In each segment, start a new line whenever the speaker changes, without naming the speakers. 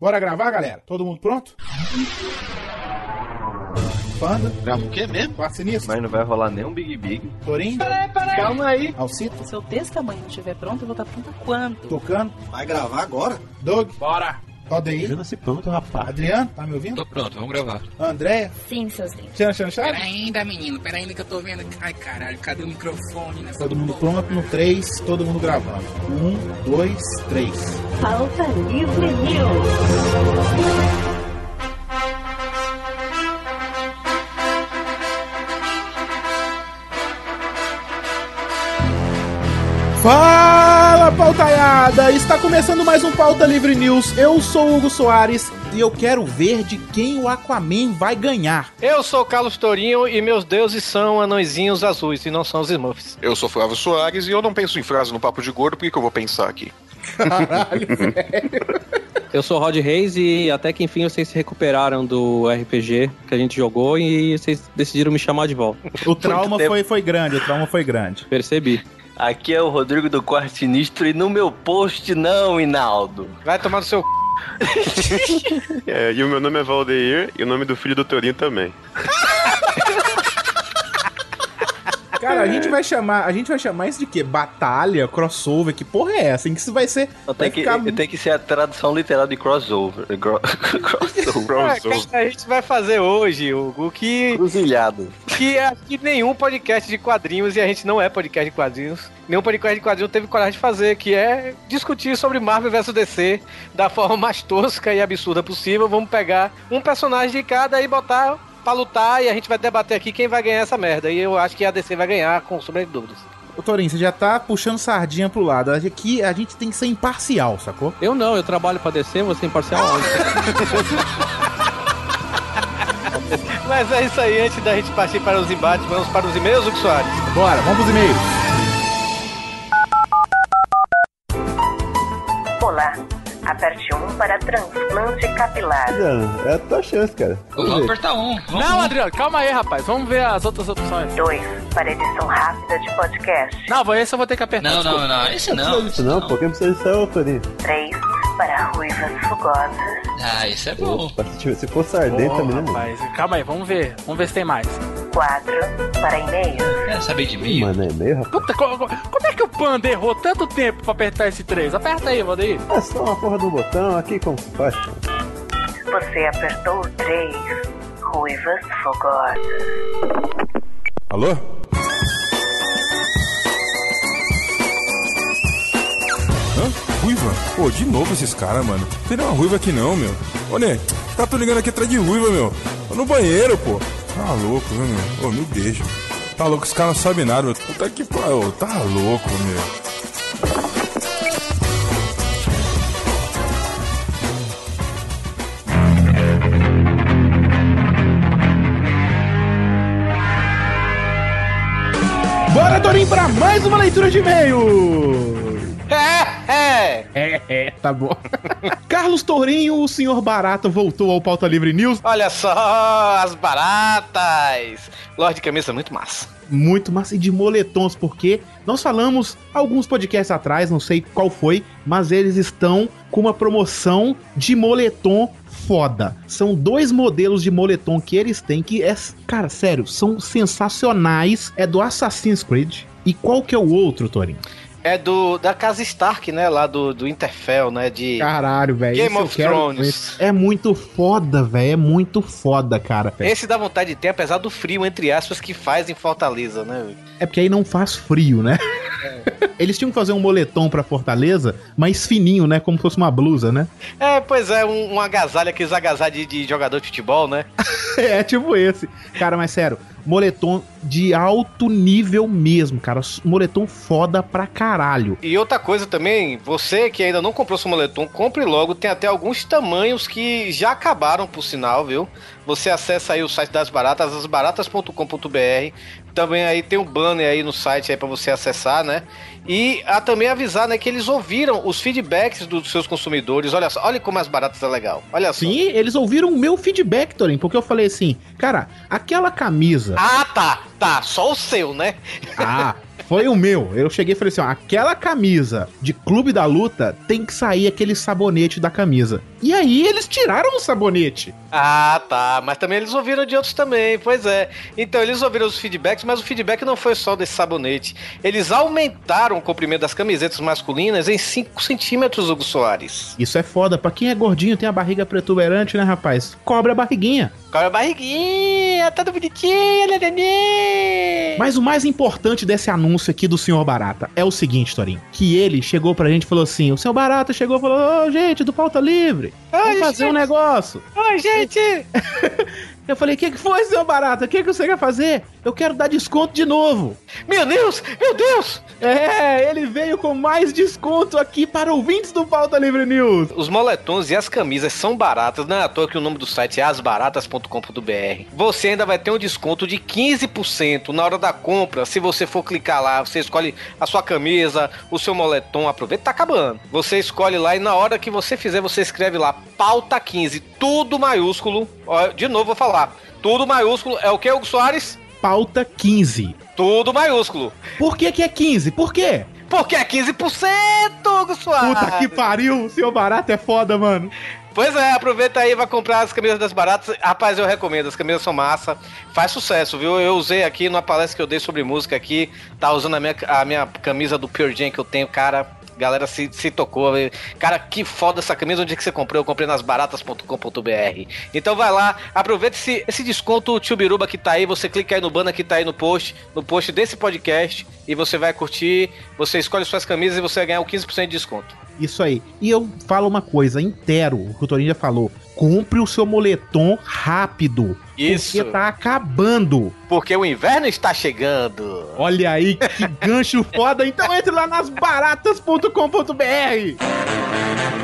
Bora gravar, galera? Todo mundo pronto? Panda,
Grava o quê mesmo?
Quarto Sinistro,
Mas não vai rolar nem um Big Big.
Torinho,
Calma aí.
Alcito,
Se eu desse tamanho não estiver pronto, eu vou estar pronta quando?
Tocando,
Vai gravar agora?
Doug. Bora! Odeir,
Ajuda-se pronto, rapaz.
Adriano, tá me ouvindo?
Tô pronto, vamos gravar.
Andréia,
Sim, seus lindos.
Chan Chan Chan.
Pera ainda, menino, pera ainda que eu tô vendo. Ai, caralho, cadê o microfone né? nessa
Todo mundo
porra?
pronto no 3, todo mundo gravando. 1, 2, 3.
Falta Livre News.
Fala, pautaiada! Está começando mais um Pauta Livre News. Eu sou o Hugo Soares e eu quero ver de quem o Aquaman vai ganhar.
Eu sou o Carlos Tourinho e meus deuses são anõezinhos azuis e não são os Smurfs.
Eu sou Flávio Soares e eu não penso em frase no papo de gordo, por que que eu vou pensar aqui?
Caralho,
Eu sou o Rod Reis e até que enfim vocês se recuperaram do RPG que a gente jogou e vocês decidiram me chamar de volta.
o trauma
Muito tempo.
foi, foi grande, o trauma foi grande.
Percebi.
Aqui é o Rodrigo do Quarto Sinistro e no meu post não, Inaldo.
Vai tomar no seu c...
É, e o meu nome é Valdeir e o nome do filho do Torinho também.
Cara, a gente vai chamar, a gente vai chamar isso de quê? Batalha, crossover, que porra é essa? Em que isso vai ser?
Então
Vai
Tem que,
ficar-
tem que ser a tradução literal de crossover. eh, Gro-
Então,
crossover.
Ah, cara, a gente vai fazer hoje, Hugo, que,
Cruzilhado.
que é aqui nenhum podcast de quadrinhos, e a gente não é podcast de quadrinhos, nenhum podcast de quadrinhos teve coragem de fazer, que é discutir sobre Marvel vs DC da forma mais tosca e absurda possível. Vamos pegar um personagem de cada e botar pra lutar, e a gente vai debater aqui quem vai ganhar essa merda. E eu acho que a DC vai ganhar, com sombra de dúvidas.
Ô, Torinho, você já tá puxando sardinha pro lado. Aqui a gente tem que ser imparcial, sacou?
Eu não, eu trabalho pra descer, você é imparcial aonde?
Mas é isso aí, antes da gente partir para os embates, vamos para os e-mails, Hugo Soares.
Bora, vamos pros e-mails.
Olá. Aperte 1 para transplante capilar.
Não, é a tua chance, cara.
Vamos apertar um.
Não, Adriano, calma aí, rapaz. Vamos ver as outras opções.
2 para edição rápida de podcast.
Não, vou- esse eu vou ter que apertar.
Não, não, não, esse não.
Isso não, pô. Quem precisa disso é o Torinho.
3 para ruivas fugosas.
Ah, esse é bom.
Opa, se tiver- Se for sardento também, né, mano?
Rapaz, calma aí, vamos ver. Vamos ver se tem mais.
4 para e-mails.
Quer saber de mim?
Mano, é meio rapaz.
Puta, co- co- como, é que o Panda errou tanto tempo pra apertar esse 3? Aperta aí, Valdeir.
É só uma porra do botão aqui, como se faz? cara?
Você apertou o 3. Ruivas fogosas.
Alô?
Hã? Ruiva? Pô, de novo esses caras, mano. Não tem nenhuma ruiva aqui não, meu. Ô, Nê, tá tu ligando aqui atrás de ruiva, meu. Tô no banheiro, pô. Tá louco, viu, meu? Ô, me deixa. Tá louco, os caras não sabem nada, meu. Puta que pariu. Tá louco, meu.
Bora, Torinho, pra mais uma leitura de e-mail!
É, é.
É, tá bom. Carlos Tourinho, o senhor barato, voltou ao Pauta Livre News.
Olha só, as baratas. Lorde de camisa muito massa.
Muito massa e de moletons, porque nós falamos alguns podcasts atrás, não sei qual foi, mas eles estão com uma promoção de moletom foda. São dois modelos de moletom que eles têm que é, cara, sério, são sensacionais. É do Assassin's Creed. E qual que é o outro, Torinho?
É do da casa Stark, né? Lá do, do Interfell, né? De
Caralho, velho. esse
Game
é eu
of
quero
Thrones.
ver. É muito foda, velho. É muito foda, cara.
É.
Esse dá vontade de ter, apesar do frio, entre aspas, que faz em Fortaleza, né?
É porque aí não faz frio, né? Eles tinham que fazer um moletom pra Fortaleza, mas fininho, né? Como se fosse uma blusa, né?
É, pois é, um, um agasalho, aqueles agasalhos de, de jogador de futebol, né?
É, tipo esse. Cara, mas sério, moletom de alto nível mesmo, cara. Moletom foda pra caralho.
E outra coisa também, você que ainda não comprou seu moletom, compre logo. Tem até alguns tamanhos que já acabaram, por sinal, viu? Você acessa aí o site das baratas, asbaratas.com.br. Também aí tem um banner aí no site aí para você acessar, né? E a, também avisar, né, que eles ouviram os feedbacks dos seus consumidores. Olha só, olha como as baratas é legal. Olha só.
Sim, eles ouviram o meu feedback, Torin, porque eu falei assim, cara, aquela camisa.
Ah, tá, tá, só o seu, né?
Ah,
Foi o meu. Eu cheguei e falei assim: ó, aquela camisa de clube da luta tem que sair aquele sabonete da camisa. E aí eles tiraram o sabonete.
Ah, tá. Mas também eles ouviram de outros também, pois é. Então, eles ouviram os feedbacks, mas o feedback não foi só desse sabonete. Eles aumentaram o comprimento das camisetas masculinas em 5 centímetros, Hugo Soares.
Isso é foda. Pra quem é gordinho, tem a barriga protuberante, né, rapaz? Cobra a barriguinha.
Cara, a barriguinha, todo bonitinho, nenê.
Mas o mais importante desse anúncio aqui do Senhor Barata é o seguinte, Torinho. Que ele chegou pra gente e falou assim: o Senhor Barata chegou e falou: Ô, gente, do pauta livre. Vamos
Ai,
fazer um
gente.
negócio.
Oi, gente!
Eu falei: o que, que foi, Senhor Barata? O que, que você quer fazer? Eu quero dar desconto de novo.
Meu Deus! Meu Deus!
É, ele veio com mais desconto aqui para ouvintes do Pauta Livre News.
Os moletons e as camisas são baratas, não é à toa que o nome do site é asbaratas.com.br. Você ainda vai ter um desconto de 15% na hora da compra. Se você for clicar lá, você escolhe a sua camisa, o seu moletom, aproveita, tá acabando. Você escolhe lá e na hora que você fizer, você escreve lá pauta 15, tudo maiúsculo. Ó, De novo vou falar. Tudo maiúsculo é o que, Hugo Soares?
Pauta 15.
Tudo maiúsculo.
Por que, que é 15? Por quê?
Porque é 15%, Hugo Soares.
Puta que pariu, o Senhor Barata é foda, mano.
Pois é, aproveita aí, vai comprar as camisas das baratas. Rapaz, eu recomendo, as camisas são massa. Faz sucesso, viu? Eu usei aqui numa palestra que eu dei sobre música aqui. Tá usando a minha, a minha camisa do Pure Jam que eu tenho, cara. Galera se, se tocou. velho. Cara, que foda essa camisa. Onde é que você comprou? Eu comprei nas baratas.com.br. Então vai lá, aproveita esse, esse desconto Chubiruba que tá aí. Você clica aí no banner que tá aí no post, no post desse podcast. E você vai curtir. Você escolhe suas camisas e você vai ganhar um 15% de desconto.
Isso aí. E eu falo uma coisa, inteiro, o que o Torinho já falou. Compre o seu moletom rápido. Porque tá acabando.
Porque o inverno está chegando.
Olha aí que gancho foda. Então entre lá nas baratas.com.br.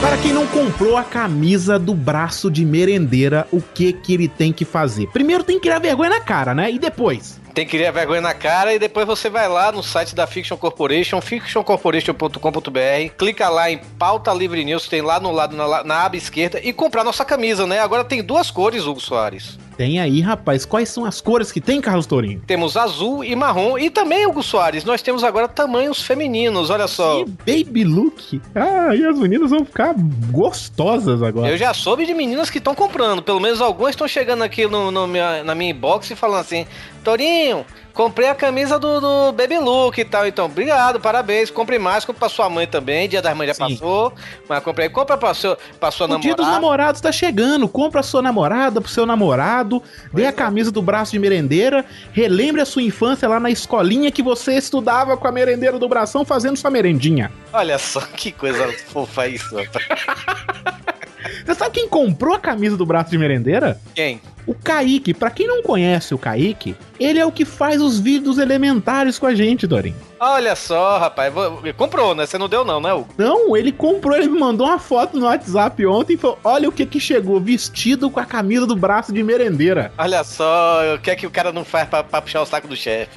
Para quem não comprou a camisa do braço de merendeira, o que que ele tem que fazer? Primeiro tem que criar vergonha na cara, né? E depois?
Tem que criar vergonha na cara e depois você vai lá no site da Fiction Corporation, fictioncorporation.com.br, clica lá em pauta livre news, tem lá no lado, na, na aba esquerda, e comprar nossa camisa, né? Agora tem duas cores, Hugo Soares.
Tem aí, rapaz. Quais são as cores que tem, Carlos Tourinho?
Temos azul e marrom, e também, Hugo Soares, nós temos agora tamanhos femininos, olha só.
E baby look. Ah, e as meninas vão ficar gostosas agora.
Eu já soube de meninas que estão comprando, pelo menos algumas estão chegando aqui no, no minha- na minha inbox e falando assim, Torinho, comprei a camisa do, do Baby Look e tal, então obrigado, parabéns, compre mais, compre pra sua mãe também, dia das mães já
Sim.
passou, mas comprei, compra pra, seu, pra sua
O dia dos
namorada.
namorados tá chegando. Compra a sua namorada, pro seu namorado, dê a camisa do braço de merendeira, relembre a sua infância lá na escolinha que você estudava com a merendeira do bração fazendo sua merendinha.
Olha só que coisa fofa isso. rapaz.
Você sabe quem comprou a camisa do braço de merendeira?
Quem?
O Kaique. Pra quem não conhece o Kaique, ele é o que faz os vídeos elementares com a gente, Dorinho.
Olha só, rapaz, vo- comprou, né? Você não deu não, né, Hugo?
Não, Então, ele comprou, ele me mandou uma foto no WhatsApp ontem e falou: olha o que que chegou, vestido com a camisa do braço de merendeira.
Olha só, o que é que o cara não faz pra, pra puxar o saco do chefe?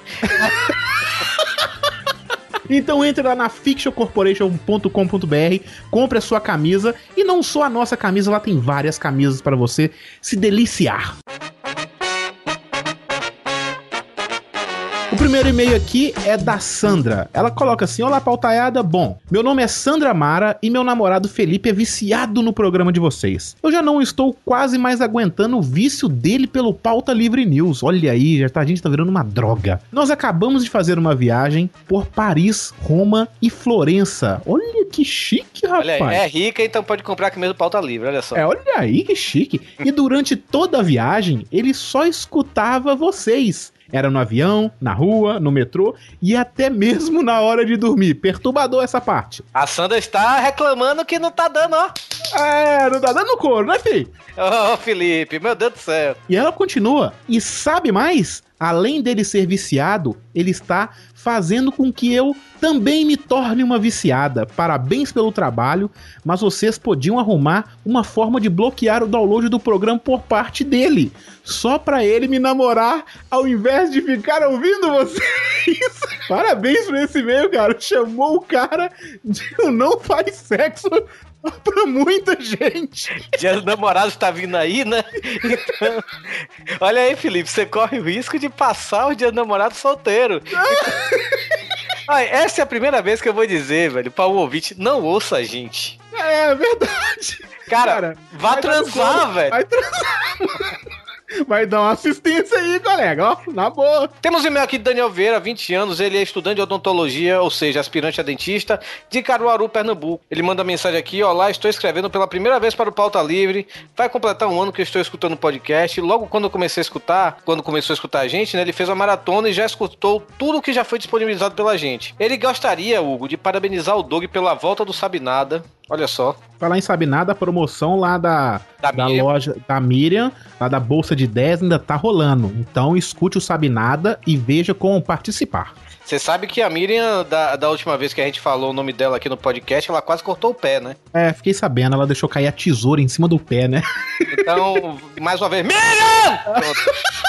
Então entre lá na fictioncorporation.com.br, compre a sua camisa e não só a nossa camisa, lá tem várias camisas pra você se deliciar. O primeiro e-mail aqui é da Sandra. Ela coloca assim: Olá, pautaiada. Bom, meu nome é Sandra Mara e meu namorado Felipe é viciado no programa de vocês. Eu já não estou quase mais aguentando o vício dele pelo Pauta Livre News. Olha aí, já tá, a gente tá virando uma droga. Nós acabamos de fazer uma viagem por Paris, Roma e Florença. Olha que chique, rapaz.
Olha aí, é rica, então pode comprar aqui mesmo pauta livre, olha só.
É, olha aí que chique. E durante toda a viagem, ele só escutava vocês. Era no avião, na rua, no metrô e até mesmo na hora de dormir. Perturbador essa parte.
A Sandra está reclamando que não tá dando, ó.
É, não tá dando couro, né, filho?
Ô, Felipe, meu Deus do céu.
E ela continua. E sabe mais? Além dele ser viciado, ele está fazendo com que eu Também me torne uma viciada. Parabéns pelo trabalho, mas vocês podiam arrumar uma forma de bloquear o download do programa por parte dele. Só pra ele me namorar, ao invés de ficar ouvindo vocês. Parabéns por esse e-mail, cara. Chamou o cara de um não faz sexo pra muita gente.
Dia dos namorados tá vindo aí, né? Então, olha aí, Felipe, você corre o risco de passar o dia do namorado solteiro. Ah, essa é a primeira vez que eu vou dizer, velho, pra um ouvinte, não ouça a gente.
É, é verdade.
Cara, vá
vai dar no
transar,
colo,
velho.
Vai transar, mano. Vai dar uma assistência aí, colega. Ó, na boa.
Temos um e-mail aqui de Daniel Vieira, 20 anos, ele é estudante de odontologia, ou seja, aspirante a dentista, de Caruaru, Pernambuco. Ele manda mensagem aqui, olá, estou escrevendo pela primeira vez para o Pauta Livre, vai completar um ano que eu estou escutando o podcast, logo quando eu comecei a escutar, quando começou a escutar a gente, né, ele fez uma maratona e já escutou tudo que já foi disponibilizado pela gente. Ele gostaria, Hugo, de parabenizar o Doug pela volta do Sabinada, olha só,
Falar em sabe nada, a promoção lá da,
da,
da
Miriam.
loja da Miriam, lá da Bolsa de 10, ainda tá rolando. Então escute o Sabe Nada e veja como participar.
Você sabe que a Miriam, da, da última vez que a gente falou o nome dela aqui no podcast, ela quase cortou o pé, né?
É, fiquei sabendo, ela deixou cair a tesoura em cima do pé, né?
Então, mais uma vez, Miriam! Pronto.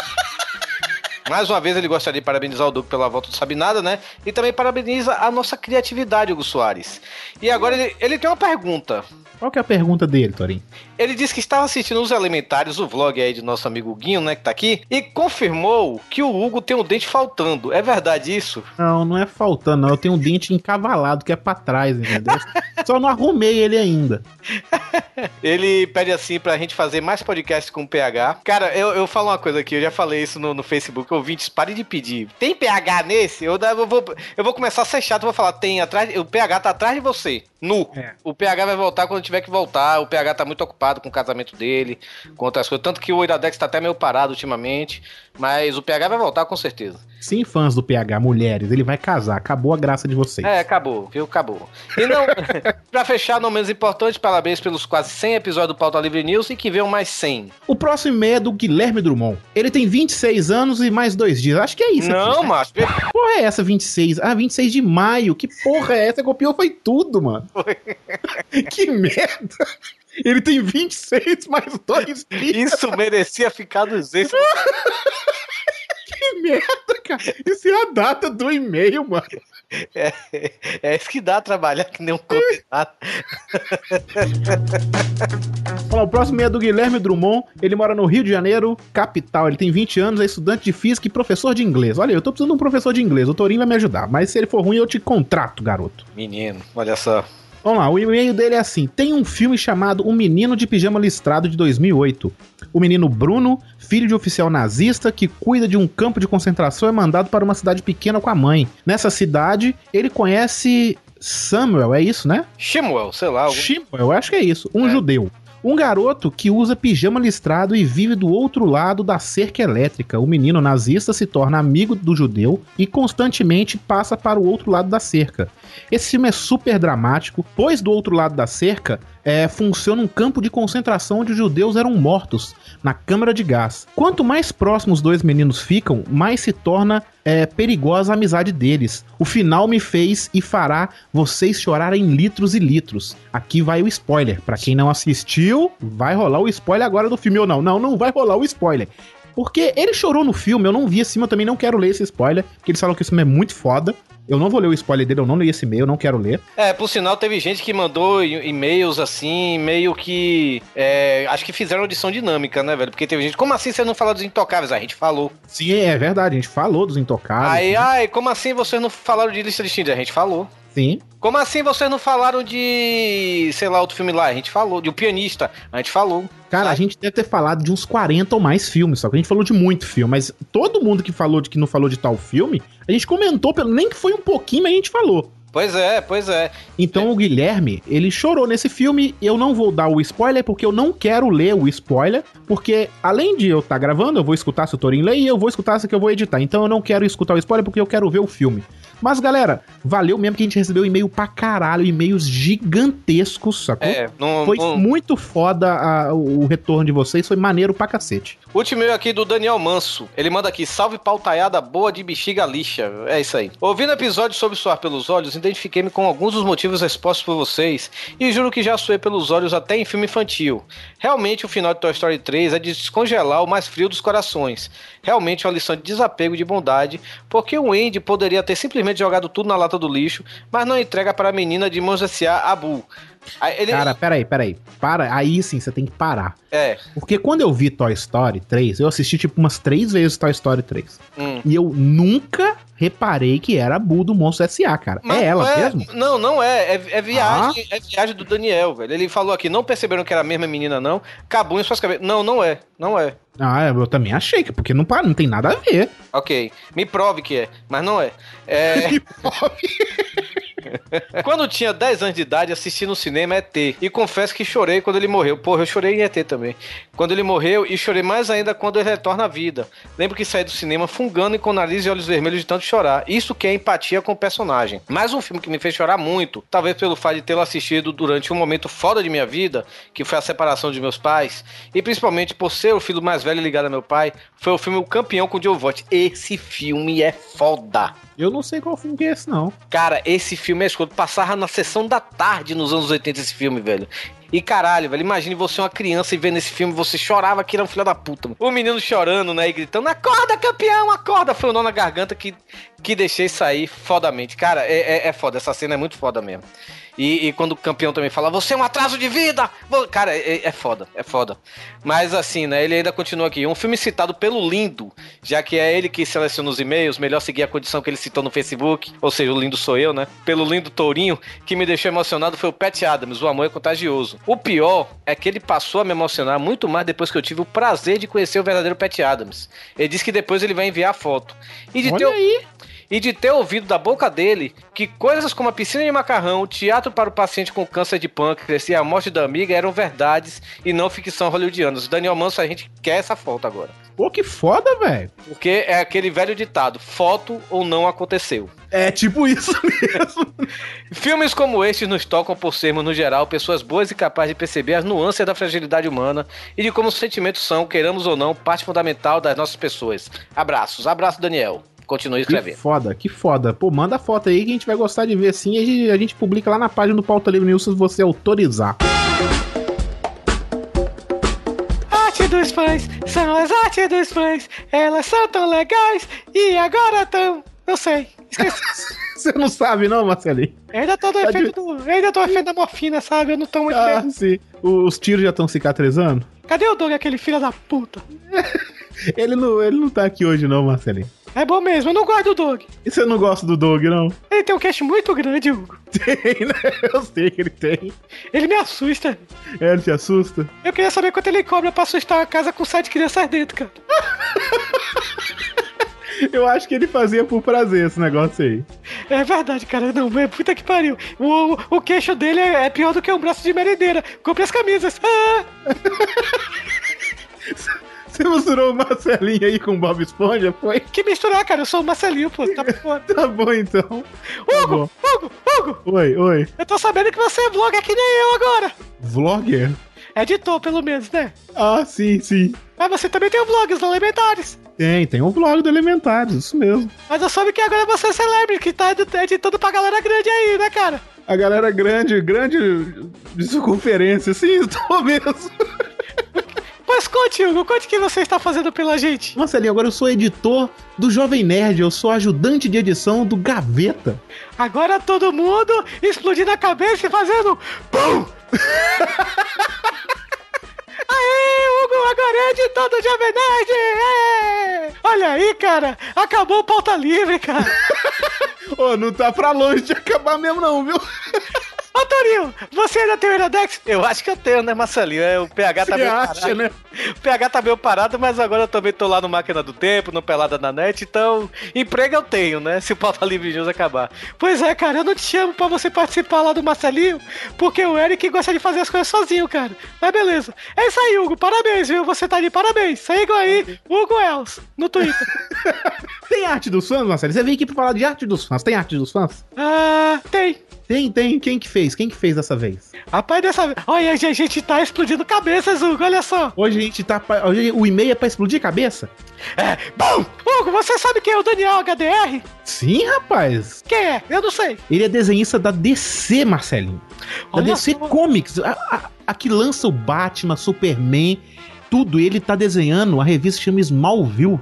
Mais uma vez, ele gostaria de parabenizar o Duque pela volta do Sabe Nada, né? E também parabeniza a nossa criatividade, Hugo Soares. E agora ele, ele tem uma pergunta.
Qual que é a pergunta dele, Torin?
Ele disse que estava assistindo os Elementares, o vlog aí de nosso amigo Guinho, né, que tá aqui, e confirmou que o Hugo tem um dente faltando. É verdade isso?
Não, não é faltando, não. Eu tenho um dente encavalado que é pra trás, entendeu? Só não arrumei ele ainda.
Ele pede assim pra gente fazer mais podcasts com o PH. Cara, eu, eu falo uma coisa aqui, eu já falei isso no, no Facebook, ouvintes, parem de pedir. Tem PH nesse? Eu, da- eu vou, eu vou começar a ser chato, eu vou falar, tem atrás, o PH tá atrás de você, nu.
É.
O PH vai voltar quando tiver que voltar, o PH tá muito ocupado com o casamento dele, com outras coisas, tanto que o Iradex tá até meio parado ultimamente, mas o PH vai voltar com certeza.
Sim, fãs do PH, mulheres, ele vai casar. Acabou a graça de vocês.
É, acabou, viu? Acabou. E não, pra fechar, não menos importante, parabéns pelos quase 100 episódios do Pauta Livre News e que venham mais 100.
O próximo e-mail é do Guilherme Drummond. Ele tem 26 anos e mais dois dias. Acho que é isso.
Não,
aqui.
macho.
Que porra é essa 26? Ah, 26 de maio. Que porra é essa? Copiou foi tudo, mano. que merda. Ele tem 26 mais dois dias.
Isso merecia ficar nos extras.
Que merda, cara. Isso é a data do e-mail, mano.
É isso que dá trabalhar que nem um condenado.
Olha, o próximo é do Guilherme Drummond. Ele mora no Rio de Janeiro, capital. Ele tem 20 anos, é estudante de física e professor de inglês. Olha, eu tô precisando de um professor de inglês. O Torinho vai me ajudar. Mas se ele for ruim, eu te contrato, garoto.
Menino, olha só.
Vamos lá, o e-mail dele é assim: tem um filme chamado Um Menino de Pijama Listrado de 2008. O menino Bruno, filho de oficial nazista que cuida de um campo de concentração, é mandado para uma cidade pequena com a mãe. Nessa cidade, ele conhece Samuel, é isso, né?
Shimuel, sei lá. algum-
Shimuel, eu acho que é isso, um
É.
judeu. Um garoto que usa pijama listrado e vive do outro lado da cerca elétrica. O menino nazista se torna amigo do judeu e constantemente passa para o outro lado da cerca. Esse filme é super dramático, pois do outro lado da cerca é, funciona um campo de concentração onde os judeus eram mortos na câmara de gás. Quanto mais próximos os dois meninos ficam, mais se torna é, perigosa a amizade deles. O final me fez e fará vocês chorarem litros e litros. Aqui vai o spoiler. Pra quem não assistiu, vai rolar o spoiler agora do filme ou não? Não, não vai rolar o spoiler. Porque ele chorou no filme, eu não vi esse filme, eu também não quero ler esse spoiler, porque eles falam que esse filme é muito foda. Eu não vou ler o spoiler dele, eu não li esse e-mail, eu não quero ler.
É, por sinal, teve gente que mandou e- e-mails assim, meio que. é, acho que fizeram audição dinâmica, né, velho? Porque teve gente. Como assim você não fala dos intocáveis? A gente falou.
Sim, é verdade, a gente falou dos intocáveis.
Aí,
né?
ai, como assim vocês não falaram de lista de Tinder? A gente falou.
Sim.
Como assim vocês não falaram de. sei lá, outro filme lá? A gente falou. De O Pianista? A gente falou.
Cara, a gente deve ter falado de uns 40 ou mais filmes, só que a gente falou de muito filme, mas todo mundo que falou de que não falou de tal filme, a gente comentou, pelo nem que foi um pouquinho, mas a gente falou.
Pois é, pois é.
Então o Guilherme, ele chorou nesse filme, eu não vou dar o spoiler porque eu não quero ler o spoiler, porque além de eu estar gravando, eu vou escutar se o Torin lê e eu vou escutar se que eu vou editar. Então eu não quero escutar o spoiler porque eu quero ver o filme. Mas, galera, valeu mesmo que a gente recebeu e-mail pra caralho, e-mails gigantescos, sacou?
É, não,
Foi
não-
muito foda a- o retorno de vocês, foi maneiro pra cacete.
Último e-mail aqui do Daniel Manso. Ele manda aqui, salve pautaiada boa de bexiga lixa. É isso aí. Ouvindo episódio sobre suar pelos olhos, identifiquei-me com alguns dos motivos expostos por vocês e juro que já suei pelos olhos até em filme infantil. Realmente o final de Toy Story 3 é de descongelar o mais frio dos corações. Realmente é uma lição de desapego e de bondade, porque o Andy poderia ter simplesmente jogado tudo na lata do lixo, mas não entrega para a menina de mãos S.A. Abu. Aí Ele,
Cara, peraí, peraí. Para, aí sim você tem que parar.
É.
Porque quando eu vi Toy Story 3, eu assisti tipo umas três vezes Toy Story 3.
Hum.
E eu nunca reparei que era a Boo do Monstro S.A., cara.
Mas
é
não
ela mesmo? Ah.
Não, não é. É, é viagem, é viagem do Daniel, velho. Ele falou aqui, não perceberam que era a mesma menina, não. Cabum em suas cabeças. Não, não é. Não é.
Ah, eu também achei, que porque não, pa- não tem nada a ver.
Ok. Me prove que é, mas não é. É. quando tinha 10 anos de idade, assisti no cinema ET. E confesso que chorei quando ele morreu. Porra, eu chorei em ET também. Quando ele morreu, e chorei mais ainda quando ele retorna à vida. Lembro que saí do cinema fungando e com nariz e olhos vermelhos de tanto chorar. Isso que é empatia com o personagem. Mais um filme que me fez chorar muito, talvez pelo fato de tê-lo assistido durante um momento foda de minha vida, que foi a separação de meus pais, e principalmente por ser o filho mais velho ligado a meu pai, foi o filme O Campeão com o Giovante. Esse filme é foda.
Eu não sei qual filme que é esse, não.
Cara, esse filme é escroto. Passava na sessão da tarde nos anos 80 esse filme, velho. E caralho, velho, imagine você é uma criança e vendo esse filme, você chorava que era um filho da puta. mano. O menino chorando, né, e gritando, acorda, campeão, acorda! Foi o nó na garganta que, que deixei sair fodamente. Cara, é, é, é foda, essa cena é muito foda mesmo. E, e quando o campeão também fala, você é um atraso de vida! Vo- Cara, é, é foda, é foda. Mas assim, né, ele ainda continua aqui. Um filme citado pelo Lindo, já que é ele que seleciona os e-mails, melhor seguir a condição que ele citou no Facebook, ou seja, o lindo sou eu, né? Pelo lindo Tourinho, que me deixou emocionado foi o Pat Adams, o amor é contagioso. O pior é que ele passou a me emocionar muito mais depois que eu tive o prazer de conhecer o verdadeiro Pat Adams. Ele disse que depois ele vai enviar a foto. E de ter
Olha
o-
aí.
e de ter ouvido da boca dele que coisas como a piscina de macarrão, o teatro para o paciente com câncer de pâncreas e a morte da amiga eram verdades e não ficção hollywoodiana. O Daniel Manso, a gente quer essa foto agora.
Pô, que foda, velho.
Porque é aquele velho ditado: foto ou não aconteceu.
É tipo isso mesmo.
Filmes como estes nos tocam por sermos, no geral, pessoas boas e capazes de perceber as nuances da fragilidade humana e de como os sentimentos são, queiramos ou não, parte fundamental das nossas pessoas. Abraços. Abraço, Daniel. Continue
Que
escrevendo.
foda, que foda. Pô, manda a foto aí que a gente vai gostar de ver sim. E a gente, a gente publica lá na página do Pauta Livre News se você autorizar.
Arte dos fãs são as artes dos fãs. Elas são tão legais e agora tão. Não sei. Esqueci.
Você não sabe, não, Marcelinho?
Eu ainda tô no
Tá de-
efeito do. eu ainda tô no efeito da morfina, sabe? Eu não tô muito
Ah,
bem.
sim. O- Os tiros já estão cicatrizando?
Cadê o Doug, aquele filho da puta?
Ele não, ele não tá aqui hoje, não, Marcelinho.
É bom mesmo, eu não gosto do Doug.
E você não gosta do Doug, não?
Ele tem um queixo muito grande, Hugo.
Tem, né? Eu sei que ele tem.
Ele me assusta.
É, Ele te assusta?
Eu queria saber quanto ele cobra pra assustar uma casa com sete crianças dentro, cara.
Eu acho que ele fazia por prazer esse negócio aí.
É verdade, cara. Não, é puta que pariu. O, o queixo dele é, é pior do que um braço de merendeira. Compre as camisas. Ah!
Você misturou o Marcelinho aí com o Bob Esponja, foi?
Que misturar, cara. Eu sou o Marcelinho, pô. Tá foda.
Tá bom então. Tá
Hugo, Hugo, Hugo.
bom. Oi, oi.
Eu tô sabendo que você é blogger que nem eu agora.
Vlogger?
Editor, pelo menos, né?
Ah, sim, sim.
Mas você também tem blogs elementares.
Tem, tem um vlog do Elementares, isso mesmo.
Mas eu soube que agora você é celebre, que tá edit- editando pra galera grande aí, né, cara?
A galera grande, grande de circunferência, sim, estou mesmo.
Pois conte, Hugo. Conte o que você está fazendo pela gente.
Marcelinho, agora eu sou editor do Jovem Nerd, eu sou ajudante de edição do Gaveta.
Agora todo mundo explodindo a cabeça e fazendo PUM! Aê, Hugo, agora é de todo Jovem Nerd! É! Olha aí, cara, acabou o pauta livre, cara.
Ô, não tá pra longe de acabar mesmo não, viu?
Ô, Torinho, você ainda tem o Iradex? Eu acho que eu tenho, né, Marcelinho? É, O PH
Você acha, né?
O PH tá meio parado, mas agora eu também tô lá no Máquina do Tempo, no Pelada na Net, então emprego eu tenho, né? Se o Pauta Livre News acabar. Pois é, cara, eu não te chamo pra você participar lá do Marcelinho, porque o Eric gosta de fazer as coisas sozinho, cara. Mas beleza. É isso aí, Hugo, parabéns, viu? Você tá de parabéns. Sigam aí, Hugo Els, no Twitter.
Tem arte dos fãs, Marcelo? Você veio aqui pra falar de arte dos fãs. Tem arte dos fãs?
Ah, tem.
Tem, tem. Quem que fez? Quem que fez dessa vez?
Rapaz, dessa vez. Olha, a gente tá explodindo cabeças, Hugo, olha só.
Hoje a gente tá. pa- Hoje o e-mail é pra explodir a cabeça?
É, bom! Hugo, você sabe quem é o Daniel HDR?
Sim, rapaz.
Quem é? Eu não sei.
Ele é desenhista da DC, Marcelinho. Da
Olha
DC
só.
Comics. A, a- a que lança o Batman, Superman, tudo. Ele tá desenhando. A revista chama Smallville.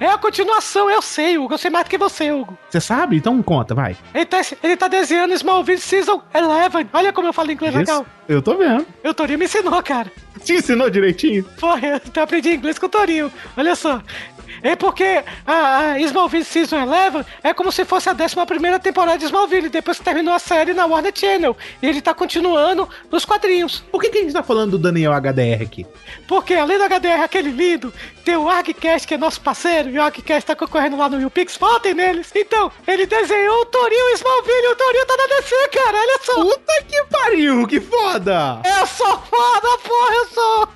É a continuação, eu sei, Hugo. Eu sei mais do que você, Hugo.
Você sabe? Então conta, vai.
Ele tá, ele tá desenhando Smallville Season 11. Olha como eu falo inglês legal.
Eu tô vendo.
E o Torinho me ensinou, cara.
Te ensinou direitinho?
Porra, eu até aprendi inglês com o Torinho. Olha só. É porque a, a Smallville Season 11 é como se fosse a 11 temporada de Smallville, depois que terminou a série na Warner Channel. E ele tá continuando nos quadrinhos.
Por que, que a gente tá falando do Daniel HDR aqui?
Porque além do HDR, aquele lindo, tem o ArgCast, que é nosso parceiro, e o ArgCast tá concorrendo lá no Pix, votem neles. Então, ele desenhou o Torinho Smallville, o Torinho tá na DC, cara, olha só.
Puta que pariu, que foda!
Eu sou foda, porra, eu sou!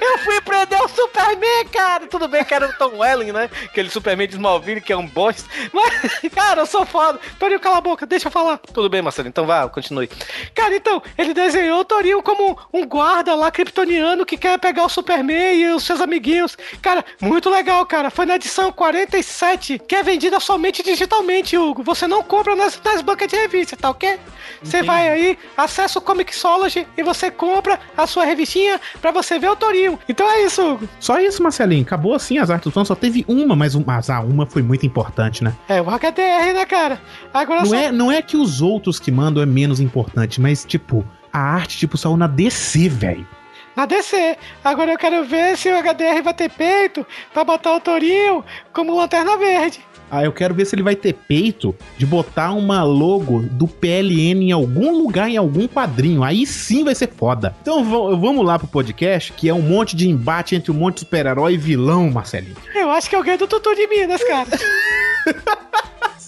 Eu fui prender o Superman, cara! Tudo bem que era o Tom Welling, né? Aquele Superman de Smallville que é um bosta. Mas, cara, eu sou foda. Torinho, cala a boca, deixa eu falar. Tudo bem, Marcelo, então vá, continue. Cara, então, ele desenhou o Torinho como um guarda lá kryptoniano que quer pegar o Superman e os seus amiguinhos. Cara, muito legal, cara. Foi na edição 47, que é vendida somente digitalmente, Hugo. Você não compra nas, nas bancas de revista, tá ok? Você vai aí, acessa o Comixology e você compra a sua revistinha pra você ver o Torinho. Então é isso, Hugo.
Só isso, Marcelinho. Acabou assim as artes do Tom. Só teve uma, mas, um, mas ah, uma foi muito importante, né?
É o HDR, né, cara? Agora
Não
só...
é, não é que os outros que mandam é menos importante, mas, tipo, a arte, tipo, saiu na DC, velho.
na DC. Agora eu quero ver se o HDR vai ter peito pra botar o Torinho como lanterna verde.
Ah, eu quero ver se ele vai ter peito de botar uma logo do PLN em algum lugar, em algum quadrinho. Aí sim vai ser foda. Então va- vamos lá pro podcast, que é um monte de embate entre um monte de super-herói e vilão, Marcelinho.
Eu acho que é alguém do Tutu de Minas, cara.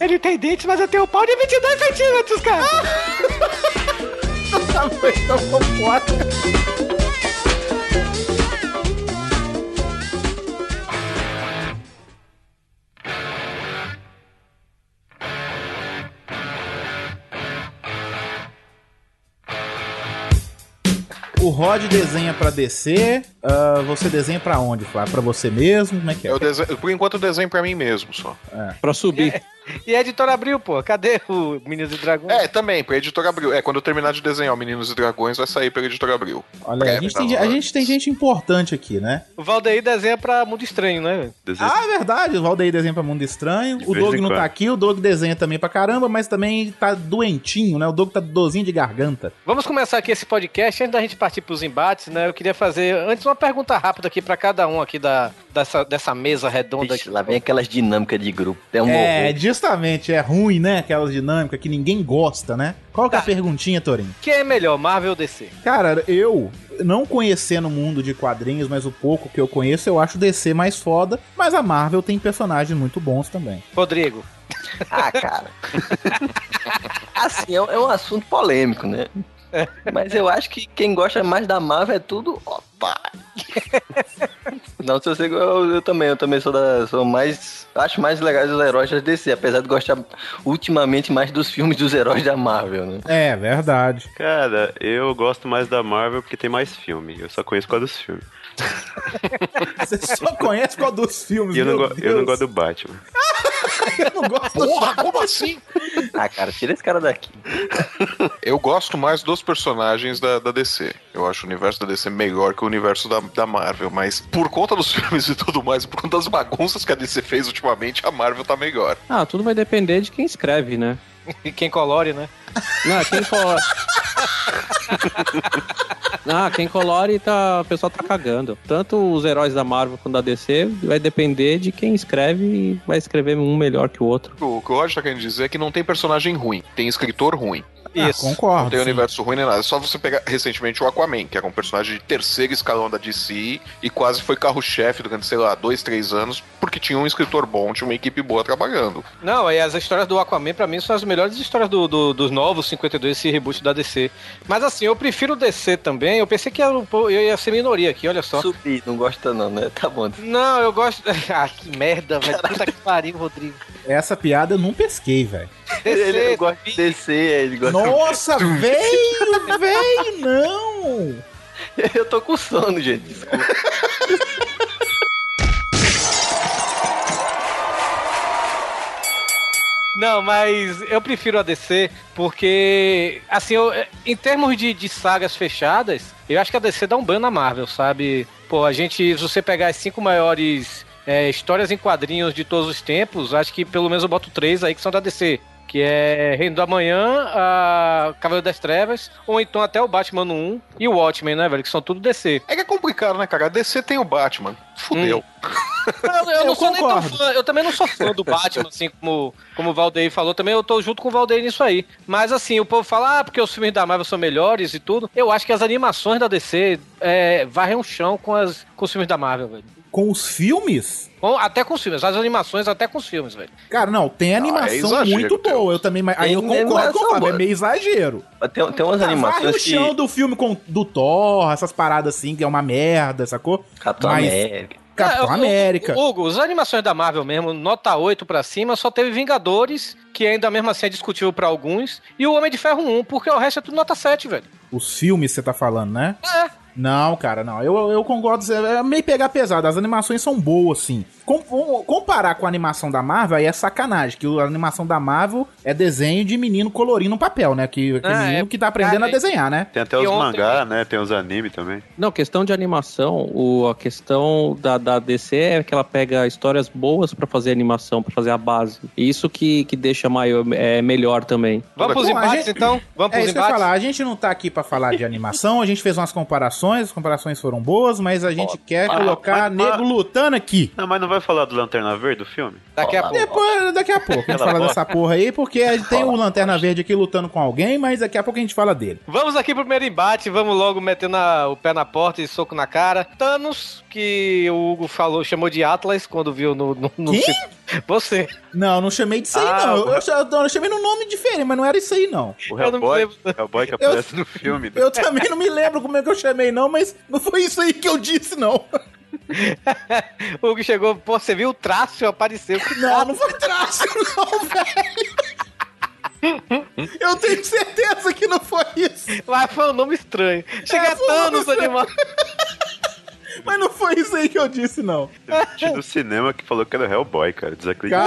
Ele tem dentes, mas eu tenho um pau de 22 centímetros, cara.
O Rod desenha pra DC. ah, você desenha pra onde, Flávio? Pra você mesmo? Como é que é?
Eu desenho- por enquanto eu desenho pra mim mesmo só.
Pra subir.
E a editora abriu, pô. Cadê o Meninos e Dragões?
É, também, pra editora Abril. É, quando eu terminar de desenhar o Meninos e Dragões, vai sair pela editora Abril.
Olha, aí, a gente, tem, a gente tem gente importante aqui, né?
O Valdeir desenha pra Mundo Estranho, né? velho?
Desenho-
Ah, é verdade. O Valdeir desenha pra Mundo Estranho.
De
o
vez
Doug
em
não tá
quando.
aqui. O Doug desenha também pra caramba, mas também tá doentinho, né? O Doug tá dozinho de garganta.
Vamos começar aqui esse podcast. Antes da gente partir pros embates, né? Eu queria fazer antes uma pergunta rápida aqui pra cada um aqui da, dessa, dessa mesa redonda
Ixi,
aqui.
lá vem aquelas dinâmicas de grupo. É
Tá
um
é,
horror.
justamente. É ruim, né? Aquela dinâmica que ninguém gosta, né? Qual que
Tá.
é a perguntinha, Torinho?
Quem é melhor, Marvel ou DC?
Cara, eu, não conhecendo o mundo de quadrinhos, mas o pouco que eu conheço, eu acho o DC mais foda. Mas a Marvel tem personagens muito bons também.
Rodrigo.
Ah, cara. assim, é um, é um assunto polêmico, né? Mas eu acho que quem gosta mais da Marvel é tudo. Opa! Não, se você. Eu, eu também, eu também sou da. Sou mais. Acho mais legais os heróis da DC, apesar de gostar ultimamente mais dos filmes dos heróis da Marvel, né?
É, verdade.
Cara, eu gosto mais da Marvel porque tem mais filme. Eu só conheço qual dos filmes.
Você só conhece qual dos filmes,
E eu não,
meu
go- eu não
Deus.
gosto do Batman.
Eu não gosto do
Porra, como assim?
Ah, cara, tira esse cara daqui.
Eu gosto mais dos personagens da, da DC. Eu acho o universo da DC melhor que o universo da, da Marvel, mas por conta dos filmes e tudo mais, por conta das bagunças que a DC fez ultimamente, a Marvel tá melhor.
Ah, tudo vai depender de quem escreve, né?
E quem colore, né?
Não, quem colore. Ah, quem colore tá. O pessoal tá cagando. Tanto os heróis da Marvel quanto da DC vai depender de quem escreve e vai escrever um melhor que o outro.
O que o Roger tá querendo dizer é que não tem personagem ruim, tem escritor ruim.
Isso. Não tem universo ruim nem nada. É só você pegar recentemente o Aquaman, que era um personagem de terceiro escalão da DC e quase foi carro-chefe durante, sei lá, dois, três anos, porque tinha um escritor bom, tinha uma equipe boa trabalhando.
Não, e as histórias do Aquaman, pra mim, são as melhores histórias do, do- dos novos 52, esse reboot da DC. Mas assim, eu prefiro o DC também. Eu pensei que era um po- eu ia ser minoria aqui, olha só.
Subir, não gosta não, né? Tá bom.
Não, eu gosto. Ah, que merda, velho. Puta que pariu, Rodrigo.
Essa piada eu não pesquei, velho.
Ele, ele gosta de descer, ele gosta
Nossa, veio, veio, não!
Eu tô com sono, gente. desculpa.
Não, mas eu prefiro a DC porque, assim, eu- em termos de, de sagas fechadas, eu acho que a DC dá um banho na Marvel, sabe? Pô, a gente, se você pegar as cinco maiores é, histórias em quadrinhos de todos os tempos, acho que pelo menos eu boto três aí que são da DC. Que é Reino do Amanhã, a Cavaleiro das Trevas, ou então até o Batman no 1 e o Watchmen, né, velho? Que são tudo DC.
É que é complicado, né, cara? A DC tem o Batman. Fudeu.
Hum,
Não, eu, não sou nem tão
concordo.
fã, eu também não sou fã do Batman, assim como, como o Valdeir falou, também eu tô junto com o Valdeir nisso aí. Mas assim, o povo fala, ah, porque os filmes da Marvel são melhores e tudo. Eu acho que as animações da DC é, varrem o chão com, as, com os filmes da Marvel, velho.
Com os filmes?
Com- até com os filmes, as animações até com os filmes, velho.
Cara, não, tem
é
animação
exagero,
muito boa. Eu também. mas Aí eu
Tem
concordo com o
animação
Fábio, é
boa.
meio exagero.
Mas tem, tem umas
Tá, varre
animações
o chão
que...
do filme com, do Thor, essas paradas assim, que é uma merda, sacou?
Capitão
Mas-
América.
Capitão
Ah, o-
América.
o- Hugo, as animações da Marvel mesmo, nota 8 pra cima, só teve Vingadores, que ainda mesmo assim é discutível pra alguns, e o Homem de Ferro 1, porque o resto é tudo nota 7, velho.
Os filmes você tá falando, né?
É.
Não, cara, não. Eu, eu concordo. É meio pegar pesado. As animações são boas, sim. Com- com- comparar com a animação da Marvel aí é sacanagem. Que a animação da Marvel é desenho de menino colorindo um papel, né? Que, aquele
Ah,
menino
é.
que tá aprendendo a
Cara,
desenhar, né?
Tem até os mangá, né? Tem os anime também.
Não, questão de animação, o, a questão da, da DC é que ela pega histórias boas pra fazer animação, pra fazer a base. E isso que, que deixa maior, é, melhor também.
Bom, a gente-
então?
é isso que eu ia falar. A gente não tá aqui pra falar de animação. A gente fez umas comparações. As comparações foram boas, mas a gente quer
Ah,
colocar
mas-
nego lutando aqui.
Não, mas não vai falar do Lanterna Verde do filme?
Daqui a
Depois, daqui a pouco a gente
Aquela
fala
bosta.
dessa porra aí, porque a gente tem o Lanterna Verde aqui lutando com alguém, mas daqui a pouco a gente fala dele.
Vamos aqui pro primeiro embate, vamos logo metendo a- o pé na porta e soco na cara. Thanos, que o Hugo falou, chamou de Atlas quando viu no. no, no
Quem?
Você.
Não, não chamei disso aí,
Ah,
não. Eu,
o-
eu- eu chamei num nome diferente, mas não era isso aí, não.
O
Eu não me
Hellboy,
lembro.
o Hellboy que
Eu-
aparece no filme.
Eu também não me lembro como é que eu chamei, não, mas não foi isso aí que eu disse, não.
O Hugo chegou, pô, você viu o traço apareceu.
Ah, Não, não foi traço, não, velho. Eu tenho certeza que não foi isso.
Mas foi um nome estranho. Chega
É, foi um nome
Thanos,
estranho.
animal.
Mas não foi isso aí que eu disse, não.
Tinha do cinema que falou que era o Hellboy, cara. Desacredito.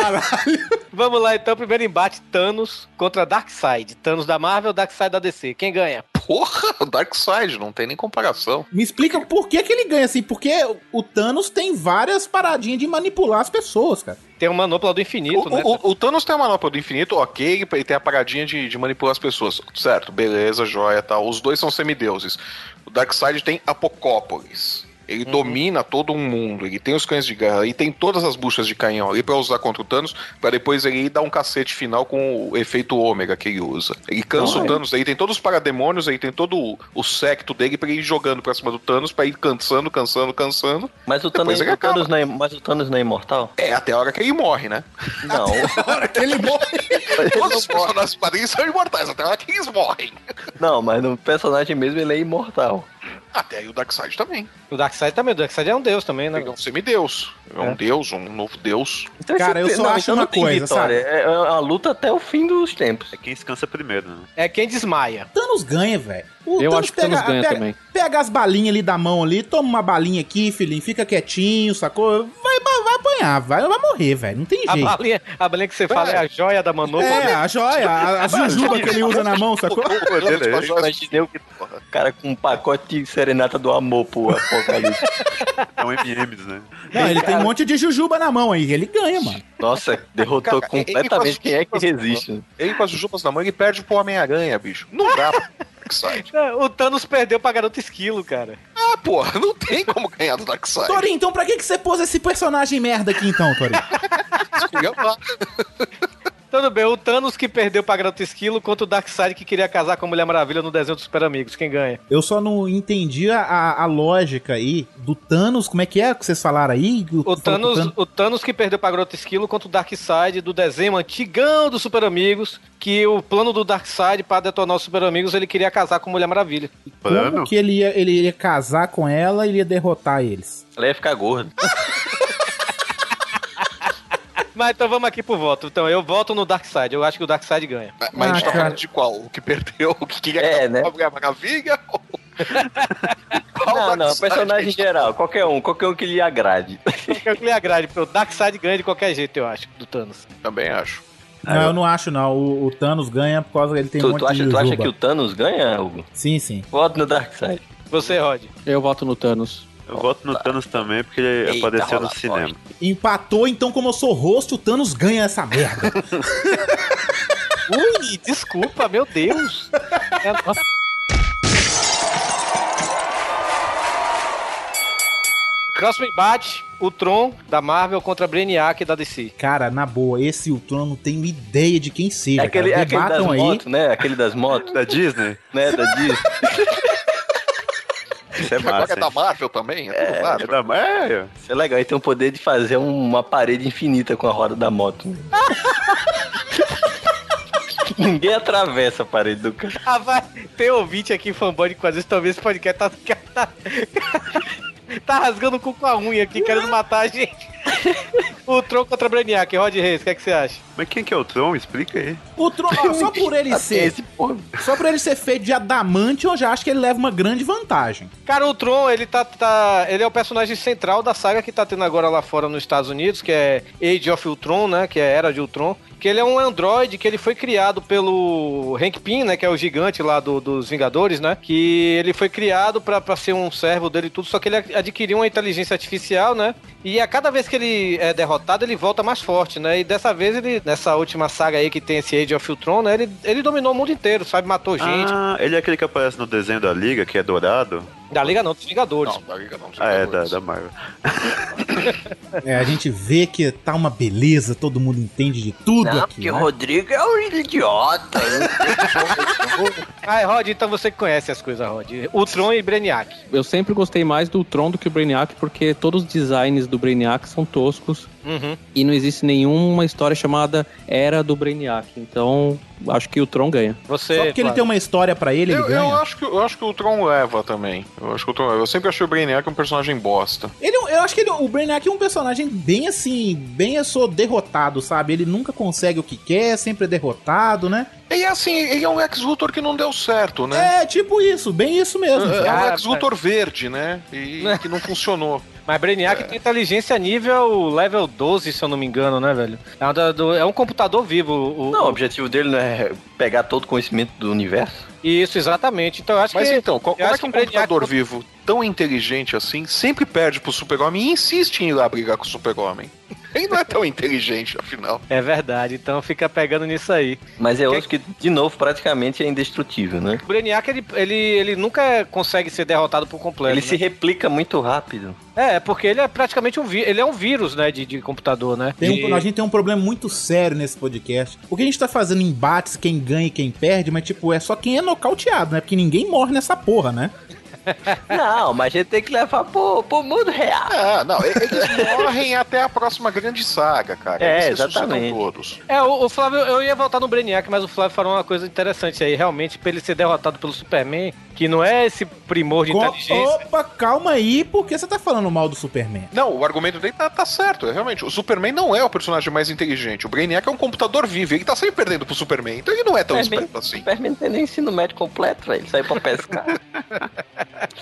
Vamos lá então, primeiro embate: Thanos contra Darkseid. Thanos da Marvel, Darkseid da DC. Quem ganha?
Porra, o Darkseid, não tem nem comparação.
Me explica por que, que ele ganha assim, porque o Thanos tem várias paradinhas de manipular as pessoas, cara.
Tem uma manopla do infinito,
O,
né?
o- o Thanos tem a manopla do infinito, ok, e tem a paradinha de, de manipular as pessoas. Certo, beleza, joia tal. Os dois são semideuses. O Darkseid tem Apocópolis. Ele
Uhum.
domina todo um mundo, ele tem os cães de guerra e tem todas as buchas de canhão ali pra usar contra o Thanos, pra depois ele dar um cacete final com o efeito ômega que ele usa. Ele cansa
Não,
o
é.
Thanos, ele tem todos os parademônios, ele tem todo o, o secto dele pra ir jogando pra cima do Thanos, pra ir cansando, cansando, cansando.
Mas o, Thanos,
Depois ele
o
acaba.
Thanos não é, mas o Thanos não é imortal?
É, até a hora que ele morre, né?
Não.
Ele morre.
Todos os personagens quadrinhos são imortais, até lá que eles morrem.
Não, mas no personagem mesmo ele é imortal.
Até aí o Darkseid também.
O Darkseid também, o Darkseid é um deus também, né?
Ele é um semideus. Ele É um deus, um novo deus.
Então
Cara,
esse-
eu só acho uma
não tem
coisa,
vitória.
sabe?
É é uma luta até o fim dos tempos. É
quem descansa primeiro, né?
É quem desmaia.
Thanos ganha, velho. O
Eu acho que o Thanos ganha
pega,
também.
Pega as balinhas ali da mão ali, toma uma balinha aqui, filhinho, fica quietinho, sacou? Vai, vai, vai apanhar, vai, vai morrer, velho. Não
Ah,
tem
A
jeito.
balinha, a balinha que você fala é a joia da manopla.
É, a joia, a, a jujuba que ele usa na mão, sacou?
Eu imaginei o cara com um pacote de serenata do amor pro apocalipse.
É um M&M's, né?
Não, ele tem um monte de jujuba na mão aí, ele ganha, mano.
Nossa, derrotou
Cara, ele-
completamente.
ele-
Quem é que resiste?
Ele com as jupas na mão, ele perde pro Homem-Aranha, bicho. Não dá pro Darkseid.
É, O Thanos perdeu pra garota esquilo, cara.
Ah, porra, não tem como ganhar do Darkseid.
Torinho, então pra que, que você pôs esse personagem merda aqui então, Torinho?
Esculhambado.
Tudo bem, o Thanos que perdeu pra Grota Esquilo contra o Darkseid que queria casar com a Mulher Maravilha no desenho dos Super Amigos. Quem ganha?
Eu só não entendi a, a lógica aí do Thanos. Como é que é que vocês falaram aí?
O Thanos, o Thanos que perdeu pra Grota Esquilo contra o Darkseid do desenho antigão dos Super Amigos. Que o plano do Darkseid pra detonar os Super Amigos ele queria casar com a Mulher Maravilha.
Como que ele ia, ele ia casar com ela e ele ia derrotar eles?
Ela ia ficar gorda.
Mas então vamos aqui pro voto. Então eu voto no Darkseid. Eu acho que o Darkseid ganha.
Mas a gente tá falando de qual? O que perdeu? O que queria
É, né?
a Maravilha?
Não, não, personagem geral, qualquer um, qualquer um que lhe agrade.
Qualquer um que lhe agrade, porque o Darkseid ganha de qualquer jeito, eu acho, do Thanos.
é-
Também acho.
Não, eu não acho, não. O, o Thanos ganha por causa que ele tem um
Tu,
monte
tu acha,
de
tu acha
Jujuba.
que o Thanos ganha, Hugo?
Sim, sim.
Voto no Darkseid.
Você, Rod.
Eu voto no Thanos.
Eu voto
Tá.
no Thanos também, porque ele
Eita,
apareceu
rola
no cinema.
Empatou, então como eu sou host, o Thanos ganha essa merda.
Ui, desculpa, meu Deus. É, nossa. Próximo embate, o Tron da Marvel contra a Brainiac da DC.
Cara, na boa, esse o Tron não tenho ideia de quem seja.
É aquele, é
cara.
aquele das
Debatam aí.
motos, né? Aquele das motos,
Da Disney?
né? Da Disney.
Isso é
Agora
massa.
é da Marvel também? É, tudo
É,
Marvel.
da... é,
Isso é legal. E tem o poder de fazer um, uma parede infinita com a roda da moto. né? Ninguém atravessa a parede do carro.
Ah, vai. Tem ouvinte aqui, fanboy de quase talvez esse podcast tá, tá, tá rasgando o cu com a unha aqui, querendo matar a gente. O Tron contra a Brainiac, Rod Reis, o que, é que você acha?
Mas quem que é o Tron? Explica aí.
O Tron, ó, só por
Tá
ele ser.
Esse povo.
Só por ele ser feito de adamante, eu já acho que ele leva uma grande vantagem.
Cara, o Tron, ele tá, tá- Ele é o personagem central da saga que tá tendo agora lá fora nos Estados Unidos, que é Age of Ultron, né? Que é Era de Ultron. Que ele é um androide que ele foi criado pelo Hank Pym, né? Que é o gigante lá do- dos Vingadores, né? Que ele foi criado pra, pra ser um servo dele e tudo, só que ele adquiriu uma inteligência artificial, né? E a cada vez que ele é derrotado, ele volta mais forte, né? E dessa vez ele, nessa última saga aí que tem esse Age of Ultron, né? Ele, ele dominou o mundo inteiro, sabe? Matou gente.
Ah, ele é aquele que aparece no desenho da Liga, que é dourado?
Da Liga não, dos Vingadores.
Não, da Liga não. dos
Ah, é, da,
Vingadores.
da Marvel.
É, a gente vê que tá uma beleza, todo mundo entende de tudo
Não,
aqui.
porque
né?
o Rodrigo é um idiota.
Ah, Rod, então você que conhece as coisas, Rod. O Tron e Brainiac.
Eu sempre gostei mais do Tron do que o Brainiac, porque todos os designs do Brainiac são toscos
Uhum.
e não existe nenhuma história chamada Era do Brainiac. Então, acho que o Tron ganha.
Você.
Só porque ele
Flávio.
tem uma história pra ele, ele
Eu,
ganha.
eu acho que, eu acho que o Tron leva também. Eu acho que o Tron leva. Eu sempre achei o Brainiac um personagem bosta.
Ele, é um- eu acho que ele- o Brainiac é um personagem bem assim, bem eu sou derrotado, sabe? Ele nunca consegue o que quer, sempre é derrotado, né?
E é assim, ele é um ex-Luthor que não deu certo, né?
É, tipo isso, bem isso mesmo.
É, é
Ah,
um ex-Luthor verde, né? E que não funcionou.
Mas Brainiac tem inteligência nível level 12, se eu não me engano, né, velho? É um, da- do- é um computador vivo. O,
Não, o
o-
objetivo dele não é pegar todo o conhecimento do universo.
Isso, exatamente. Então eu acho
Mas
que.
então, co-
eu
como é
acho
que um
que o Brainiac-
computador vivo tão inteligente assim sempre perde pro super-homem e insiste em ir lá brigar com o super-homem? Ele não é tão inteligente, afinal.
É verdade, então fica pegando nisso aí.
Mas é
Que-
outro que, de novo, praticamente é indestrutível, né?
O Brainiac, ele, ele, ele nunca consegue ser derrotado por completo.
Ele
né?
se replica muito rápido.
É, porque ele é praticamente um vírus. Ele é um vírus, né, de, de computador, né?
Tem um-
De-
a gente tem um problema muito sério nesse podcast. Porque a gente tá fazendo embates, quem ganha e quem perde, mas tipo, é só quem é nocauteado, né? Porque ninguém morre nessa porra, né?
Não, mas a gente tem que levar pro, pro mundo real.
Ah, não, e- eles morrem até a próxima grande saga, cara.
É,
Eles ressuscitam
exatamente.
todos.
É, o, o Flávio, eu ia voltar no Brainiac, mas o Flávio falou uma coisa interessante aí. Realmente, pra ele ser derrotado pelo Superman, que não é esse primor de
Com-
inteligência.
Opa, calma aí, porque você tá falando mal do Superman.
Não, o argumento dele tá, tá certo. É, realmente, o Superman não é o personagem mais inteligente. O Brainiac é um computador vivo. e Ele tá sempre perdendo pro Superman. Então ele não é tão
Superman.
esperto assim.
Superman não tem nem ensino médio completo, velho. Ele saiu pra pescar.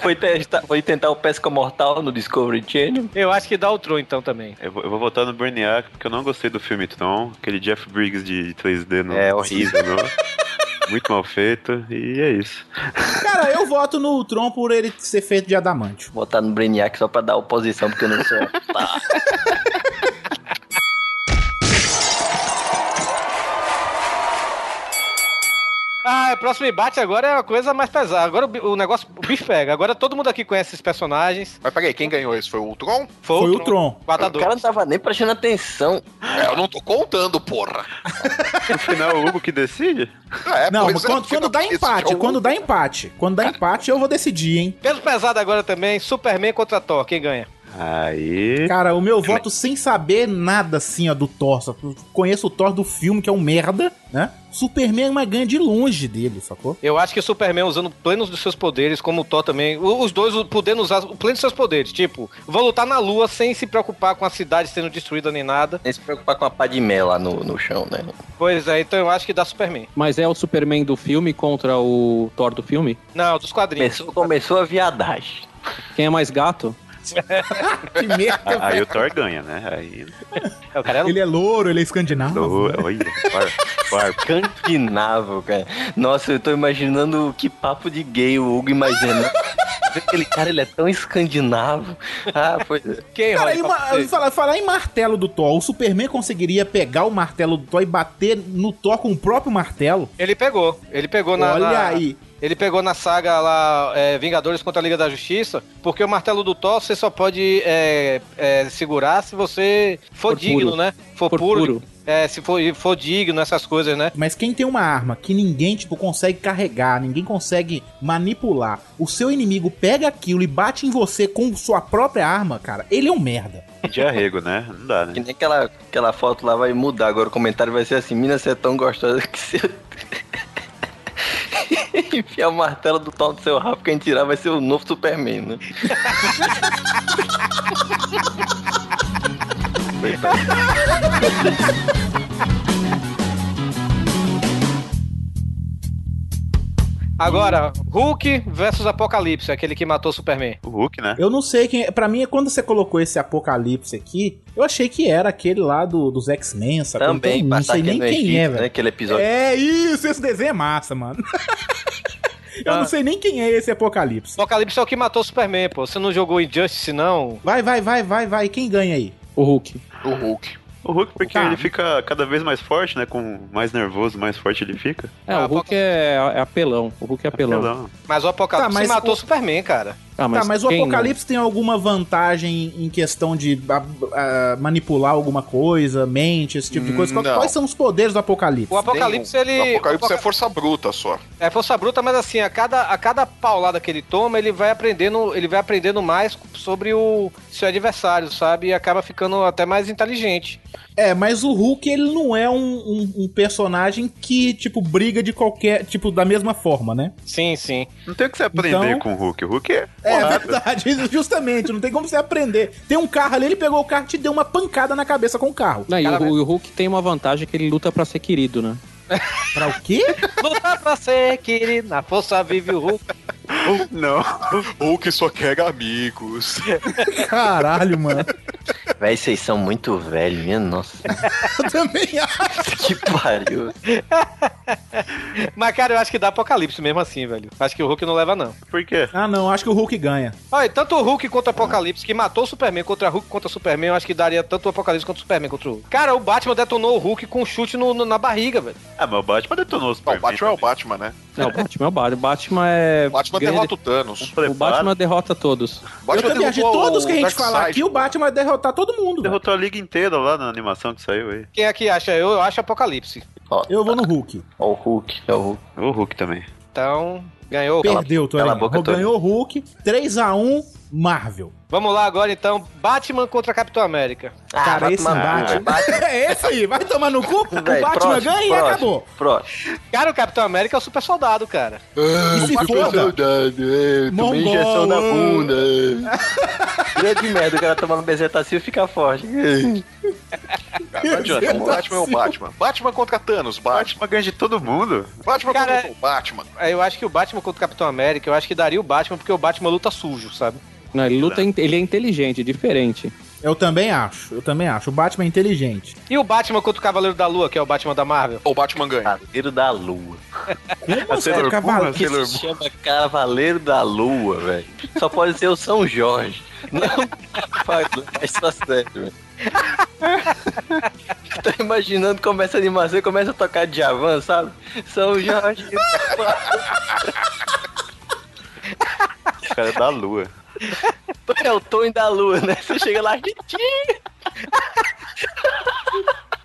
foi, testar, foi tentar o pesca mortal no Discovery Channel.
Eu acho que dá o Tron, então, também.
Eu vou, eu vou votar no Brainiac, porque eu não gostei do filme Tron. Aquele Jeff Briggs de 3D não.
É, horrível. né?
não. Muito mal feito, e é isso.
Cara, eu voto no Ultron por ele ser feito de adamante.
Botar no Brainiac só pra dar oposição, porque eu não sou.
Ah, próximo embate agora é uma coisa mais pesada. Agora o, bi- o negócio, o bicho pega. Agora todo mundo aqui conhece esses personagens.
Mas peraí, quem ganhou esse? Foi o Tron?
Foi,
Foi
o
o Tron.
Tron. 4 a
O
2.
cara não tava nem prestando atenção.
É, eu não tô contando, porra.
No final, o Hugo que decide?
É,
Não,
pois
mas
é,
quando, quando
no final,
dá
esse
empate,
é o-
quando dá empate, quando dá empate, eu vou decidir, hein?
Peso pesado agora também, Superman contra Thor. Quem ganha?
Aí.
Cara, o meu voto sem saber nada assim, ó, do Thor. Só conheço o Thor do filme, que é um merda, né? Superman é uma ganha de longe dele, sacou?
Eu acho que o Superman usando plenos dos seus poderes, como o Thor também, o- os dois podendo usar o pleno dos seus poderes. Tipo, vão lutar na lua sem se preocupar com a cidade sendo destruída nem nada.
Tem que se preocupar com a pá de mel lá no, no chão, né?
Pois é, então eu acho que dá Superman.
Mas é o Superman do filme contra o Thor do filme?
Não, dos quadrinhos.
Começou, começou a viadagem.
Quem é mais gato?
Que merda.
Aí o Thor ganha, né? Aí.
É, o cara é
Ele é louro, ele é escandinavo.
Thor- Olha, par- par-
Cantinável, cara. Nossa, eu tô imaginando que papo de gay o Hugo imagina. Aquele cara, ele é tão escandinavo. Ah, pois é.
Quem
Cara,
olha
e
pra
ma-
você?
falar, falar em martelo do Thor, o Superman conseguiria pegar o martelo do Thor e bater no Thor com o próprio martelo?
Ele pegou. Ele pegou na.
Olha
na-
aí.
Ele pegou na saga lá é, Vingadores contra a Liga da Justiça, porque o martelo do Thor você só pode é, é, segurar se você for,
For
digno,
puro.
né? For,
For
puro.
puro.
É, se for, for digno, essas coisas, né?
Mas quem tem uma arma que ninguém, tipo, consegue carregar, ninguém consegue manipular, o seu inimigo pega aquilo e bate em você com sua própria arma, cara, ele é um merda.
de arrego, né? Não dá,
Que
né?
nem aquela, aquela foto lá vai mudar. Agora o comentário vai ser assim: Mina, você é tão gostosa que você. Enfiar o martelo do tal do seu rabo, quem tirar vai ser o novo Superman, né?
Agora, Hulk versus Apocalipse, aquele que matou Superman.
O Hulk, né?
Eu não sei quem. é. Pra mim, quando você colocou esse apocalipse aqui, eu achei que era aquele lá do, dos X-Men, sabe?
Também,
não
passar
sei
aqui
nem
no
quem
Egito,
é,
né?
velho.
Aquele episódio.
É isso, esse desenho é massa, mano. eu
Ah.
não sei nem quem é esse apocalipse.
Apocalipse é o que matou Superman, pô. Você não jogou Injustice, não?
Vai, vai, vai, vai, vai. Quem ganha aí?
O Hulk.
O Hulk.
O Hulk, porque
Tá.
ele fica cada vez mais forte, né? Com mais nervoso, mais forte ele fica.
É,
Ah,
o Hulk é, é apelão. O Hulk é apelão.
Pelão.
Mas o Apocalipse
Tá, mas
matou
o-
Superman, cara.
Ah,
tá, mas o
quem não?
Apocalipse tem alguma vantagem em questão de ah, ah, manipular alguma coisa, mente, esse tipo de coisa? Qual-
Não.
Quais são os poderes do Apocalipse?
O Apocalipse,
O
ele.
Apocalipse
o
é força bruta só.
É força bruta, mas assim, a cada, a cada paulada que ele toma, ele vai aprendendo, ele vai aprendendo mais sobre o seu adversário, sabe? E acaba ficando até mais inteligente.
É, mas o Hulk, ele não é um, um- um personagem que, tipo, briga de qualquer. Tipo, da mesma forma, né?
Sim, sim.
Não tem o que você aprender
Então-
com o Hulk. O Hulk é.
É
porrada.
verdade, justamente. Não tem como você aprender. Tem um carro ali, ele pegou o carro e te deu uma pancada na cabeça com o carro.
Não, e
Cara,
o, o Hulk tem uma vantagem que ele luta pra ser querido, né?
Pra o quê?
Lutar pra ser, querido, na força vive o Hulk.
Não.
Hulk só quer amigos.
Caralho, mano.
Véi, vocês são muito velhos, minha nossa.
Eu também acho.
que pariu.
Mas, cara, eu acho que dá Apocalipse mesmo assim, velho. Acho que o Hulk não leva, não.
Por quê?
Ah, não, acho que o Hulk ganha.
Olha, e tanto o Hulk contra o Apocalipse, que matou o Superman contra o Hulk contra o Superman, eu acho que daria tanto o Apocalipse quanto o Superman contra o Hulk. Cara, o Batman detonou o Hulk com um chute no- no- na barriga, velho.
Ah, mas o Batman detonou os
Não, o Batman é o Batman, né?
Não, o Batman é o Batman. O Batman é.
O Batman é
ganha-
derrota o Thanos.
O
é
Batman derrota todos.
O
Eu
Batman
também acho que
derrubou
todos
o
que a gente
Darkseid,
falar aqui, o
pô.
Batman vai derrotar todo mundo. velho.
Derrotou a liga inteira lá na animação que saiu aí.
Quem é que acha? Eu, eu acho Apocalipse.
Ó,
Eu vou no Hulk.
ó o Hulk, ó o Hulk.
O Hulk também.
Então, ganhou o
Perdeu,
cala a
Torinho.
boca, Torinho.
Ganhou o Hulk. 3x1, Marvel.
Vamos lá agora então, Batman contra Capitão América.
Ah,
Cara,
vai
esse
tomar no cu,
Batman.
velho. Batman,
É esse aí, vai tomar no cu, o
velho,
Batman
próximo,
ganha e
próximo,
acabou.
Próximo.
Cara, o Capitão América é o super soldado, cara.
E se foda,
é, Tomei injeção na
Mongol.
bunda. Grande merda, o cara tomando bezetacil fica forte.
Cara, Não adianta, o Batman é o Batman. Batman contra Thanos,
O
Batman.
Batman ganha de todo mundo.
Batman
Cara,
contra o Batman.
É, Eu acho que o Batman contra o Capitão América, eu acho que daria o Batman, porque o Batman luta sujo, sabe?
Não, ele luta. in- Ele é inteligente, diferente.
Eu também acho, eu também acho. O Batman é inteligente.
E o Batman contra o Cavaleiro da Lua, que é o Batman da Marvel?
O Batman ganha.
Cavaleiro da Lua.
Como assim, é Cavaleiro?
que se chama Cavaleiro da Lua, velho. Só pode ser o São Jorge. Não faz só sério, velho. Tô imaginando como essa animação começa a tocar Djavan, sabe? São Jorge.
O cara é da lua.
É o Tony da Lua, né? Você chega lá,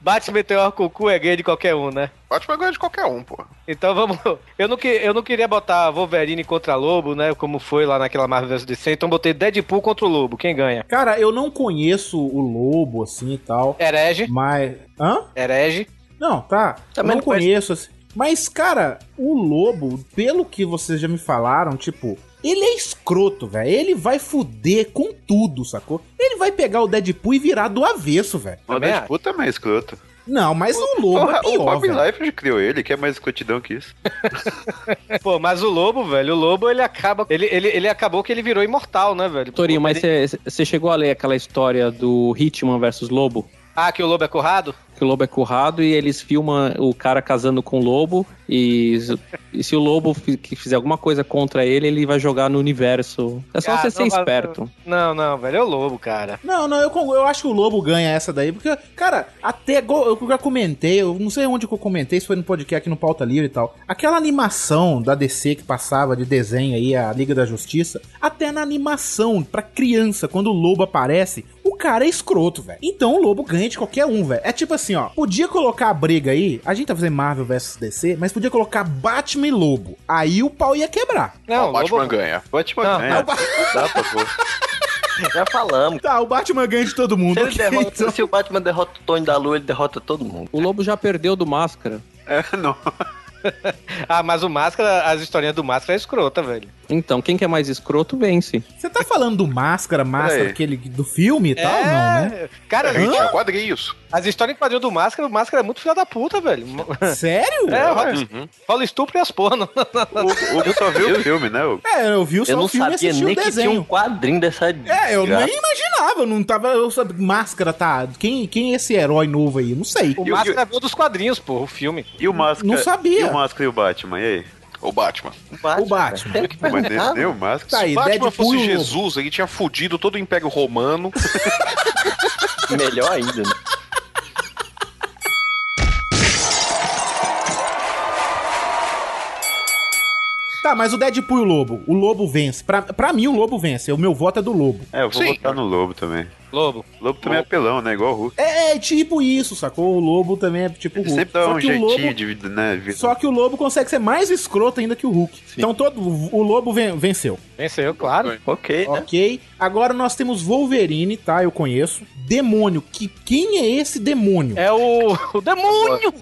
Bate meteor com o cu é gay de qualquer um, né?
Batman ganha de qualquer um, pô.
Então vamos. Eu não, que, eu não queria botar Wolverine contra Lobo, né? Como foi lá naquela Marvel vs DC. Então botei Deadpool contra o Lobo. Quem ganha?
Cara, eu não conheço o Lobo, assim e tal.
Herege.
Mas. Hã?
Herege.
Não, tá.
Também
não
não conheço.
conheço, assim. Mas, cara, o Lobo, pelo que vocês já me falaram, tipo, ele é escroto, velho. Ele vai fuder com tudo, sacou? Ele vai pegar o Deadpool e virar do avesso, velho.
O
Também
Deadpool também é escroto.
Não, mas o Lobo
Porra,
é
o
pior,
Bob
velho.
Life criou ele, que é mais escrotidão que isso.
Pô, mas o Lobo, velho, o Lobo ele acaba. Ele, ele, ele acabou que ele virou imortal, né, velho?
Torinho, mas você chegou a ler aquela história do Hitman versus Lobo?
Ah, que o Lobo é currado?
Que o lobo é currado e eles filmam o cara casando com o lobo. E, e se o lobo fi- que fizer alguma coisa contra ele, ele vai jogar no universo. É só
Ah,
você
não,
ser
mas-
esperto.
Não, não, velho, é o Lobo, cara.
Não, não, eu, con- eu acho que o Lobo ganha essa daí, porque, cara, até go- eu já comentei, eu não sei onde que eu comentei, se foi no podcast aqui no Pauta Livre e tal. Aquela animação da DC que passava de desenho aí, a Liga da Justiça, até na animação, pra criança, quando o Lobo aparece, o cara é escroto, velho. Então o Lobo ganha de qualquer um, velho. É tipo assim, ó, podia colocar a briga aí, a gente tá fazendo Marvel vs DC, mas podia colocar Batman e Lobo. Aí o pau ia quebrar.
Não,
o Batman
Lobo...
ganha.
Batman
Não,
ganha.
não, ba-
Dá pra pôr.
já falamos.
Tá, o Batman ganha de todo mundo.
Se, ele
ok,
derrota-
então.
se o Batman derrota o Tony da Lua, ele derrota todo mundo.
O lobo já perdeu do máscara.
É, não.
Ah, mas o Máscara, as historinhas do Máscara é escrota, velho.
Então, quem que é mais escroto vence.
Você tá falando do Máscara, Máscara,
Peraí.
aquele do filme e tal? Não, né?
É, Cara,
A gente tinha quadrinhos.
as histórias em quadril do Máscara, o Máscara é muito filho da puta, velho.
Uhum.
né? Sério?
É, rola, rola estupro e as porra. não-
O Hugo só viu o filme, né? Hugo?
É, eu vi o
Eu
só
não
o filme e
sabia
assisti o
nem que tinha
desenho.
um quadrinho dessa.
É, eu
desgraça.
nem imaginava, eu não tava. Eu sabia, máscara tá. Quem, quem é esse herói novo aí? Eu Não sei.
O
E o-
Máscara veio dos quadrinhos, porra, o filme.
E o Máscara?
Não sabia.
E o Máscara e o Batman, e aí?
O Batman.
O Batman.
Tem que
Mas nem,
perguntar.
nem o Máscara.
Tá aí,
Se Batman
Deadpool
fosse
e o Lobo.
Jesus, ele tinha fudido todo o Império Romano.
Melhor ainda, né?
Tá, mas o Deadpool e o Lobo. O Lobo vence. Pra, pra mim, o Lobo vence. O meu voto é do Lobo.
É, eu vou
Sim.
votar no Lobo também.
Lobo.
Lobo também é apelão, né? Igual o Hulk.
É, é tipo isso, sacou? O Lobo também é tipo o
Ele
Hulk.
sempre dá
Só
um
que o
jeitinho
Lobo-
de vida, né? vida.
Só que o Lobo consegue ser mais escroto ainda que o Hulk. Então todo, o Lobo ven- venceu.
Venceu, claro.
Ok, né?
Ok. Agora nós temos Wolverine, tá? Eu conheço. Demônio. Que, quem é esse demônio?
É o, o demônio!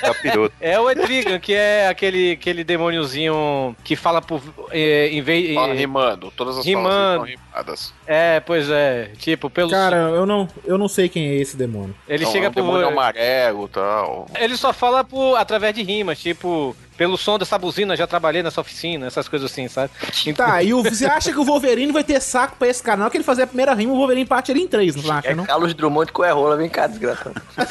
Capiroto.
É o Etrigan, que é aquele, aquele demôniozinho que fala por. é, em vez.
Fala
é,
rimando. Todas as
Rimando.
palavras estão rimadas.
É, pois é. Tipo, pelo.
Cara, eu não, eu não sei quem é esse demônio.
ele
Então,
chega
é um
por.
demônio amarelo e tal.
Ele só fala por, através de rimas, tipo, pelo som dessa buzina, já trabalhei nessa oficina, essas coisas assim, sabe?
Tá, e o- você acha que o Wolverine vai ter saco pra esse canal que ele fazer a primeira rima, o Wolverine parte ele em três, não acha,
É
não?
Carlos Drummond com errola, vem cá, desgraçado.
Ah,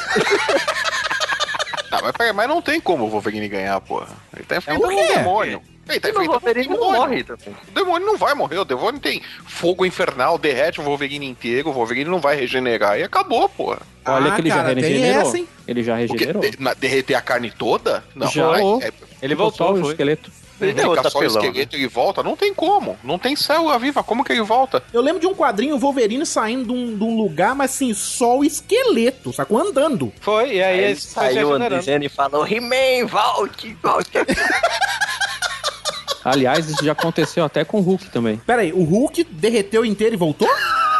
Tá, mas, peraí, mas não tem como o Wolverine ganhar, porra. Ele tá enfrentando
Por
um
quê?
demônio. Ele tá
E o
enfrentando um
Wolverine não
demônio.
morre então. também.
O demônio não vai morrer. O demônio tem fogo infernal,
um
derrete o Wolverine inteiro. O Wolverine não vai regenerar e acabou, porra.
Ah,
Olha que ele já
Ah, cara, tem
regenerou.
essa, hein?
ele já
O quê?
regenerou.
De- na- derreter a carne toda? Não.
Já.
vai. É,
Ele
Ficou só
voltou,
o
foi.
esqueleto.
Ele
Ele
é outro
fica só o
apelão. né?
esqueleto e volta? Não tem como. Não tem célula viva. Como que ele volta?
Eu lembro de um quadrinho, o Wolverine saindo de um, de um lugar, mas assim, só o esqueleto, sacou? Andando.
Foi, e aí,
Aí
ele
ele saiu dizendo e falou: He-Man, volte, volte.
Aliás, isso já aconteceu até com o Hulk também.
Pera aí, o Hulk derreteu inteiro e voltou?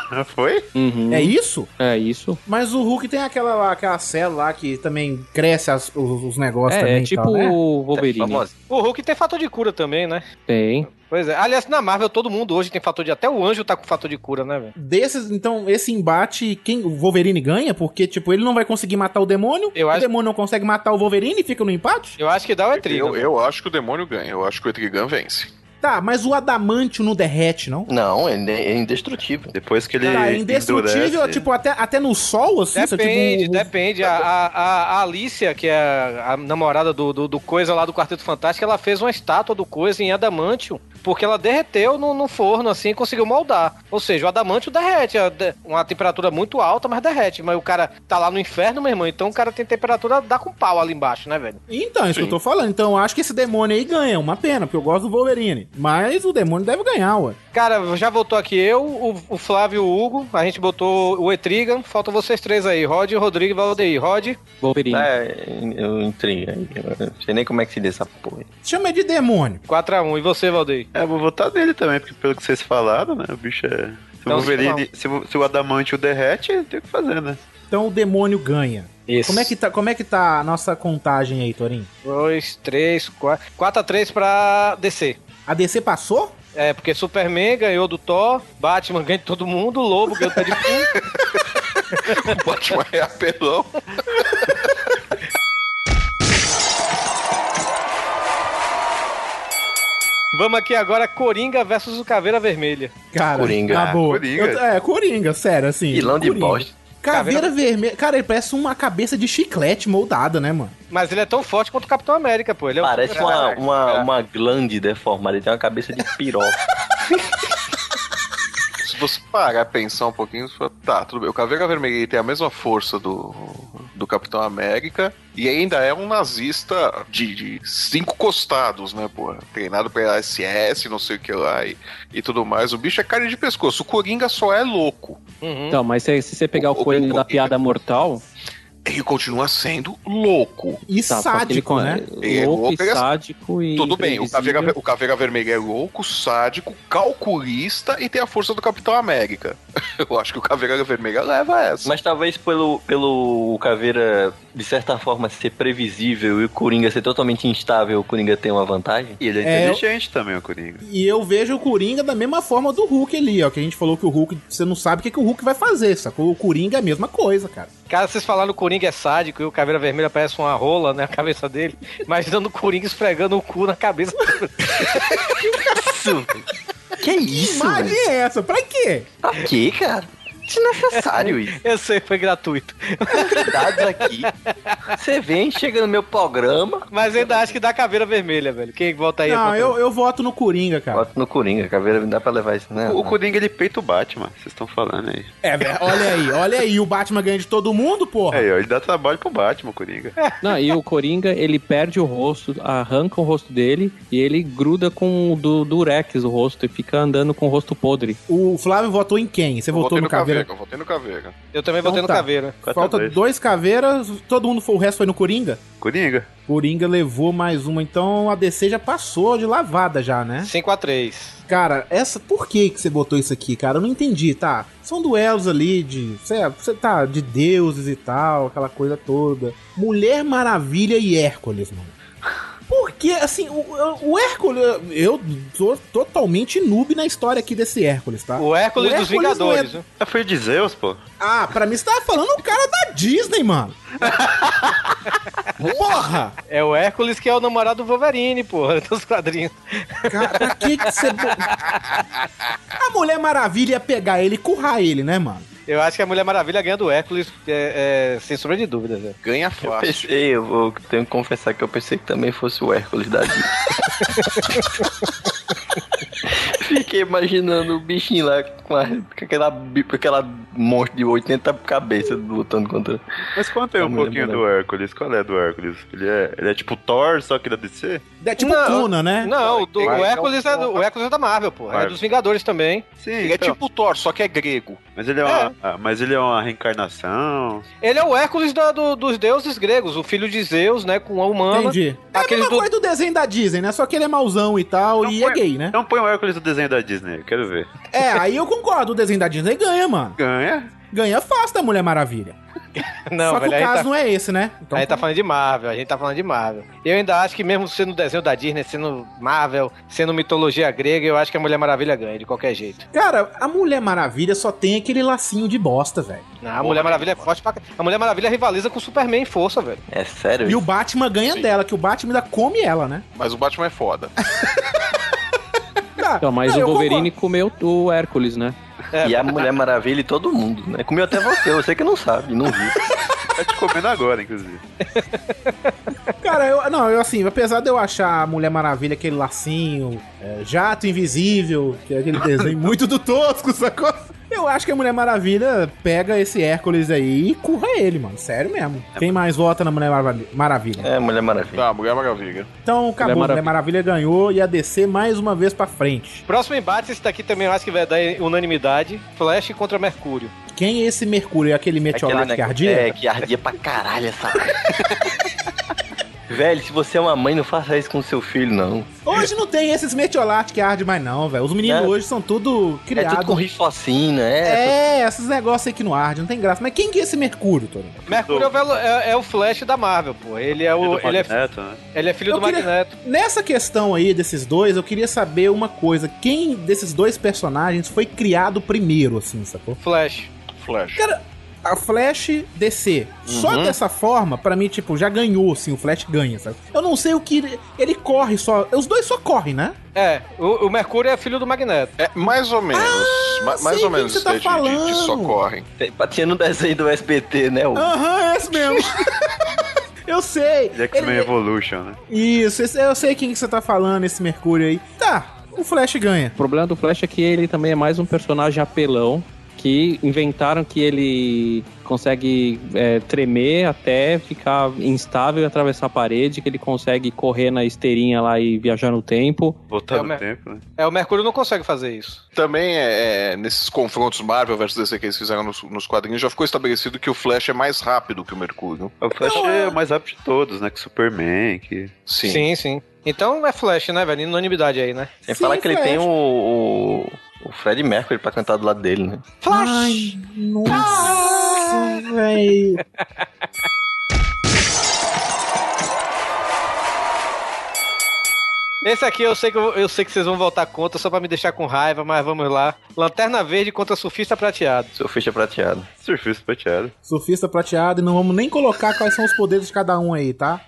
Ah, Foi?
Uhum.
É isso?
É isso.
Mas o Hulk tem aquela, lá, aquela célula lá que também cresce as- os, os negócios
É,
também.
é
e
tipo
tal, né?
o Wolverine.
Famosa.
O Hulk tem fator de cura também, né?
Tem.
Pois é. Aliás, na Marvel todo mundo hoje tem fator de. Até o anjo tá com fator de cura, né, velho?
Desses, então, esse embate, quem o Wolverine ganha, porque, tipo, ele não vai conseguir matar o demônio,
Eu
o
acho-
demônio não consegue matar o Wolverine e fica no empate?
Eu acho que dá né? o Etrigan.
Eu, eu acho que o demônio ganha. Eu acho que o Etrigan vence.
Tá, mas o adamantio não derrete, não?
Não, ele é indestrutível.
Depois que ele.
Tá, indestrutível,
endurece-
tipo, até, até no sol, assim? Isso é
Depende,
tipo, um-
depende. A, a, a- a Alicia, que é a, a namorada do, do, do Coisa lá do Quarteto Fantástico, ela fez uma estátua do Coisa em adamantium, porque ela derreteu no, no forno, assim, e conseguiu moldar. Ou seja, o adamantium derrete. a de- Uma temperatura muito alta, mas derrete. Mas o cara tá lá no inferno, meu irmão, então o cara tem temperatura, dá com pau ali embaixo, né, velho?
Então, isso que eu tô falando. Então, eu acho que esse demônio aí ganha. Uma pena, porque eu gosto do Wolverine. Mas o demônio deve ganhar, ué.
Cara, já voltou aqui eu, o, o Flávio e o Hugo, a gente botou o Etrigan, faltam vocês três aí, Rod, Rodrigo e Valdeir. Rod,
Wolverine.
É, eu entrei. aí, eu Não sei nem como é que se diz essa porra.
Chama de demônio.
4x1, e você, Valdeir?
É, eu vou votar nele também, porque pelo que vocês falaram, né? O bicho é. Se o,
Então,
Não,
Wolverine, se, o- se o Adamantio derrete, tem o que fazer, né?
Então o demônio ganha.
Isso.
Como é que tá, como é que tá a nossa contagem aí, Torinho?
2, 3, 4. 4 a 3 pra DC.
A DC passou?
É, porque Superman ganhou do Thor, Batman ganha de todo mundo, Lobo ganhou do Deadpool.
Batman é apelão.
Vamos aqui agora, Coringa versus o Caveira Vermelha.
Cara,
Coringa.
na boa.
Ah, Coringa.
Eu- é, Coringa, sério, assim.
Vilão de
Coringa.
bosta.
Caveira vermelha. Cara, ele parece uma cabeça de chiclete moldada, né, mano?
Mas ele é tão forte quanto o Capitão América, pô. Ele é um-
Parece uma, uma, uma glande deformada, ele tem uma cabeça de piroca.
Se você parar e pensar um pouquinho, você fala, tá, tudo bem. O Caveira Vermelha ele tem a mesma força do, do Capitão América e ainda é um nazista de, de cinco costados, né, porra? Treinado pela SS, não sei o que lá e, e tudo mais. O bicho é carne de pescoço. O Coringa só é louco.
Uhum.
Então, mas se, se você pegar o, coelho da piada mortal.
Ele continua sendo louco.
E
Tá, só que ele
sádico,
con-
né?
É
Louco e
ele é-
sádico e.
Tudo bem, o
imprevisível.
Caveira, o Caveira Vermelho é louco, sádico, calculista e tem a força do Capitão América. Eu acho que o Caveira Vermelha leva essa.
Mas talvez pelo, pelo Caveira, de certa forma, ser previsível e o Coringa ser totalmente instável, o Coringa tem uma vantagem.
E ele
É,
é inteligente também, o Coringa.
E eu vejo o Coringa da mesma forma do Hulk ali, ó. Que a gente falou que o Hulk, você não sabe o que, que o Hulk vai fazer, sacou? O Coringa é a mesma coisa, cara.
Cara, vocês falaram que o Coringa é sádico e o Caveira Vermelha parece uma rola, né? A cabeça dele. Imaginando o Coringa esfregando o cu na cabeça.
Que
Que
isso?
imagem é essa? Pra quê?
Pra quê, cara? é Desnecessário isso.
Eu sei, foi gratuito.
Dados aqui. Você vem, chega no meu programa.
Mas ainda acho que dá Caveira Vermelha, velho. Quem volta aí? é
Não,
Aponta-
eu, eu voto no Coringa, cara.
Bota no Coringa, Caveira, não dá pra levar isso, né?
O Coringa ele peita o Batman, vocês estão falando aí.
É, velho, olha aí, olha aí, o Batman ganha de todo mundo, porra.
Aí, É, ó, ele dá trabalho pro Batman, o Coringa.
Não, e o Coringa, ele perde o rosto, arranca o rosto dele e ele gruda com o do, do Rex o rosto e fica andando com o rosto podre.
O Flávio votou em quem? Você
Eu
votou
votei
no Caveira?
Eu votei no Caveira.
Eu também
Então
votei no
tá.
Caveira.
Falta dois caveiras, todo mundo foi, o resto foi no Coringa?
Coringa.
Coringa levou mais uma, então a DC já passou de lavada já, né?
5x3.
Cara, essa. Por que, que você botou isso aqui, cara? Eu não entendi, tá? São duelos ali de. Você você tá de deuses e tal, aquela coisa toda. Mulher Maravilha e Hércules, mano. Porque, assim, o, o Hércules. Eu tô totalmente noob na história aqui desse Hércules, tá?
O Hércules, dos
não é-
Vingadores. né?
Ah, foi de Zeus, pô.
Ah, pra mim você tava falando o cara da Disney, mano. Porra!
É o Hércules que é o namorado do Wolverine, porra, dos quadrinhos.
Cara, pra que que você. bo- A Mulher Maravilha ia pegar ele e currar ele, né, mano?
Eu acho que a Mulher Maravilha ganha do Hércules, é, é, sem sombra de dúvida, velho.
Ganha
Eu
fácil.
pensei, eu vou, tenho que confessar que eu pensei que também fosse o Hércules da Disney. Fiquei imaginando o bichinho lá com, a- com aquela, bi- com aquela monstro de 80 cabeças lutando contra.
Mas conta aí
Eu
um
me lembro,
pouquinho
né?
do Hércules. Qual é do Hércules? Ele é, ele é tipo Thor, só que da DC?
É tipo
Não,
Cuna, né?
Não, o, do-
Mas
o
é o-
Hércules é do- o Hércules é da Marvel, porra. É
Marvel.
dos Vingadores também.
Sim,
Ele é
então.
tipo o Thor, só que é grego.
Mas ele é, uma, ah, mas ele é uma reencarnação.
Ele é o Hércules da- do- dos deuses gregos, o filho de Zeus, né, com a humana.
Entendi. É a
Aquele
mesma
do-
coisa do desenho da Disney, né? Só que ele é mauzão e tal,
Não
e
foi-
é gay, né?
Então põe o Hércules do desenho da Disney, eu quero ver.
É, aí eu concordo, o desenho da Disney ganha, mano.
Ganha.
Ganha fácil da Mulher Maravilha.
Não,
Só que
velho,
o
aí
caso
tá...
não é esse, né? Então,
Aí tá falando de Marvel, a gente tá falando de Marvel. Eu ainda acho que mesmo sendo desenho da Disney, sendo Marvel, sendo mitologia grega, eu acho que a Mulher Maravilha ganha, de qualquer jeito.
Cara, a Mulher Maravilha só tem aquele lacinho de bosta, velho.
Não, a Mulher Maravilha é forte pra... ca- A Mulher Maravilha rivaliza com o Superman em força, velho.
É sério?
E o Batman ganha
Sim.
dela, que o Batman ainda come ela, né?
Mas o Batman é foda.
tá.
Então, mas
Não, eu
o Wolverine comeu o Hércules, né?
e a Mulher Maravilha e todo mundo, né? Comeu até você, você que não sabe, não viu.
Tá te comendo agora, inclusive.
Cara, eu, não, eu assim, apesar de eu achar a Mulher Maravilha aquele lacinho, é, jato invisível, que é aquele desenho muito do tosco, sacou? Eu acho que a Mulher Maravilha pega esse Hércules aí e curra ele, mano. Sério mesmo. Quem mais vota na Mulher Maravi- Maravilha?
É, Mulher Maravilha.
Tá, Mulher Maravilha.
Então acabou,
Mulher
Mulher Maravilha ganhou e a DC mais uma vez pra frente.
Próximo embate, esse daqui também eu acho que vai dar unanimidade. Flash contra Mercúrio.
Quem é esse Mercúrio? É aquele meteorato
Aquele, né,
que ardia?
É, que ardia pra caralho essa. Velho, se você é uma mãe, não faça isso com seu filho, não.
Hoje não tem esses meteoratos que arde mais não, velho. Os meninos
É.
hoje são tudo criados.
É tudo com rifocina, é.
É, esses negócios aí que não arde, não tem graça. Mas quem que é esse Mercúrio, Tony?
Mercúrio é o velo- é, é o Flash da Marvel, pô. Ele é o. Ele é,
tá, né?
ele é filho
Eu
do
queria-
Magneto.
Nessa questão aí desses dois, eu queria saber uma coisa. Quem desses dois personagens foi criado primeiro, assim, sacou?
Flash.
Flash.
Cara, a Flash DC. Só
Uhum.
dessa forma, pra mim, tipo, já ganhou, assim, o Flash ganha, sabe? Eu não sei o que... Ele corre só... Os dois só correm, né?
É, o, o Mercúrio é filho do Magneto.
É, mais ou menos.
Ah,
ma- mais
sei
ou
quem
menos
você tá
isso daí de- de, de
falando.
socorre.
Tem- Tinha no desenho do SBT, né? O...
Aham, é esse mesmo. eu sei.
Ele é X-Men
Ele-
Evolution, né?
Isso, esse- eu sei quem que você tá falando, esse Mercúrio aí. Tá, o Flash ganha.
O problema do Flash é que ele também é mais um personagem apelão que inventaram que ele consegue é, tremer até ficar instável e atravessar a parede, que ele consegue correr na esteirinha lá e viajar no tempo.
Voltar
É o
no
Mer-
tempo, né?
É, o Mercúrio não consegue fazer isso.
Também é, é, nesses confrontos Marvel versus DC que eles fizeram nos, nos quadrinhos, já ficou estabelecido que o Flash é mais rápido que o Mercúrio.
O Flash é o mais rápido de todos, né? Que Superman, que...
Sim.
sim. Então é Flash, né, velho? Unanimidade aí, né?
Sem falar que ele
Flash.
tem o, o, o Fred Mercury pra cantar do lado dele, né?
Flash!
Nossa, velho.
Esse aqui eu sei, que eu, eu sei que vocês vão voltar contra só pra me deixar com raiva, mas vamos lá. Lanterna Verde contra Surfista Prateado.
Surfista Prateado.
Surfista Prateado.
Surfista prateado e não vamos nem colocar quais são os poderes de cada um aí, tá?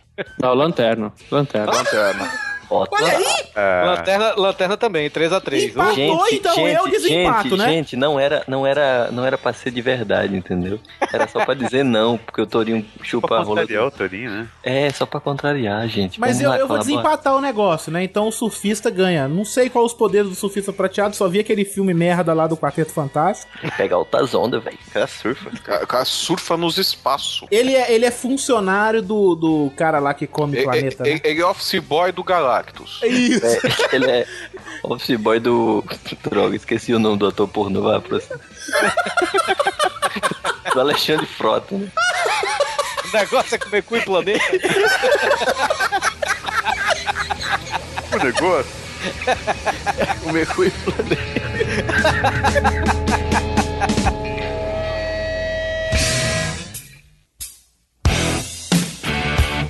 Não, lanterna. Lanterna.
Lanterna.
Olha aí!
Ah,
Ah.
Lanterna, lanterna também, 3x3.
Empatou, então eu desempato,
tá, gente,
né?
Gente, não era, não, era, não era pra ser de verdade, entendeu? Era só pra dizer não, porque o Torinho chupa a rola.
Ele é o Torinho, né?
É, só pra contrariar, gente.
Mas
Vamos
eu,
lá,
eu vou
colabora.
desempatar o negócio, né? Então o surfista ganha. Não sei qual os poderes do surfista prateado, só vi aquele filme merda lá do Quarteto Fantástico.
Pegar altas ondas, velho.
Cara, surfa.
Ca- ca- surfa nos espaços.
Ele é, ele é funcionário do, do cara lá que come
E- e-
planeta,
e-
né?
Ele é office boy do Galactus.
Isso.
É, ele é office boy do. Droga, esqueci o nome do ator pornô. Vai, próximo. do Alexandre Frota, né?
O negócio é comer cu e planeta.
O negócio...
O Mercúrio.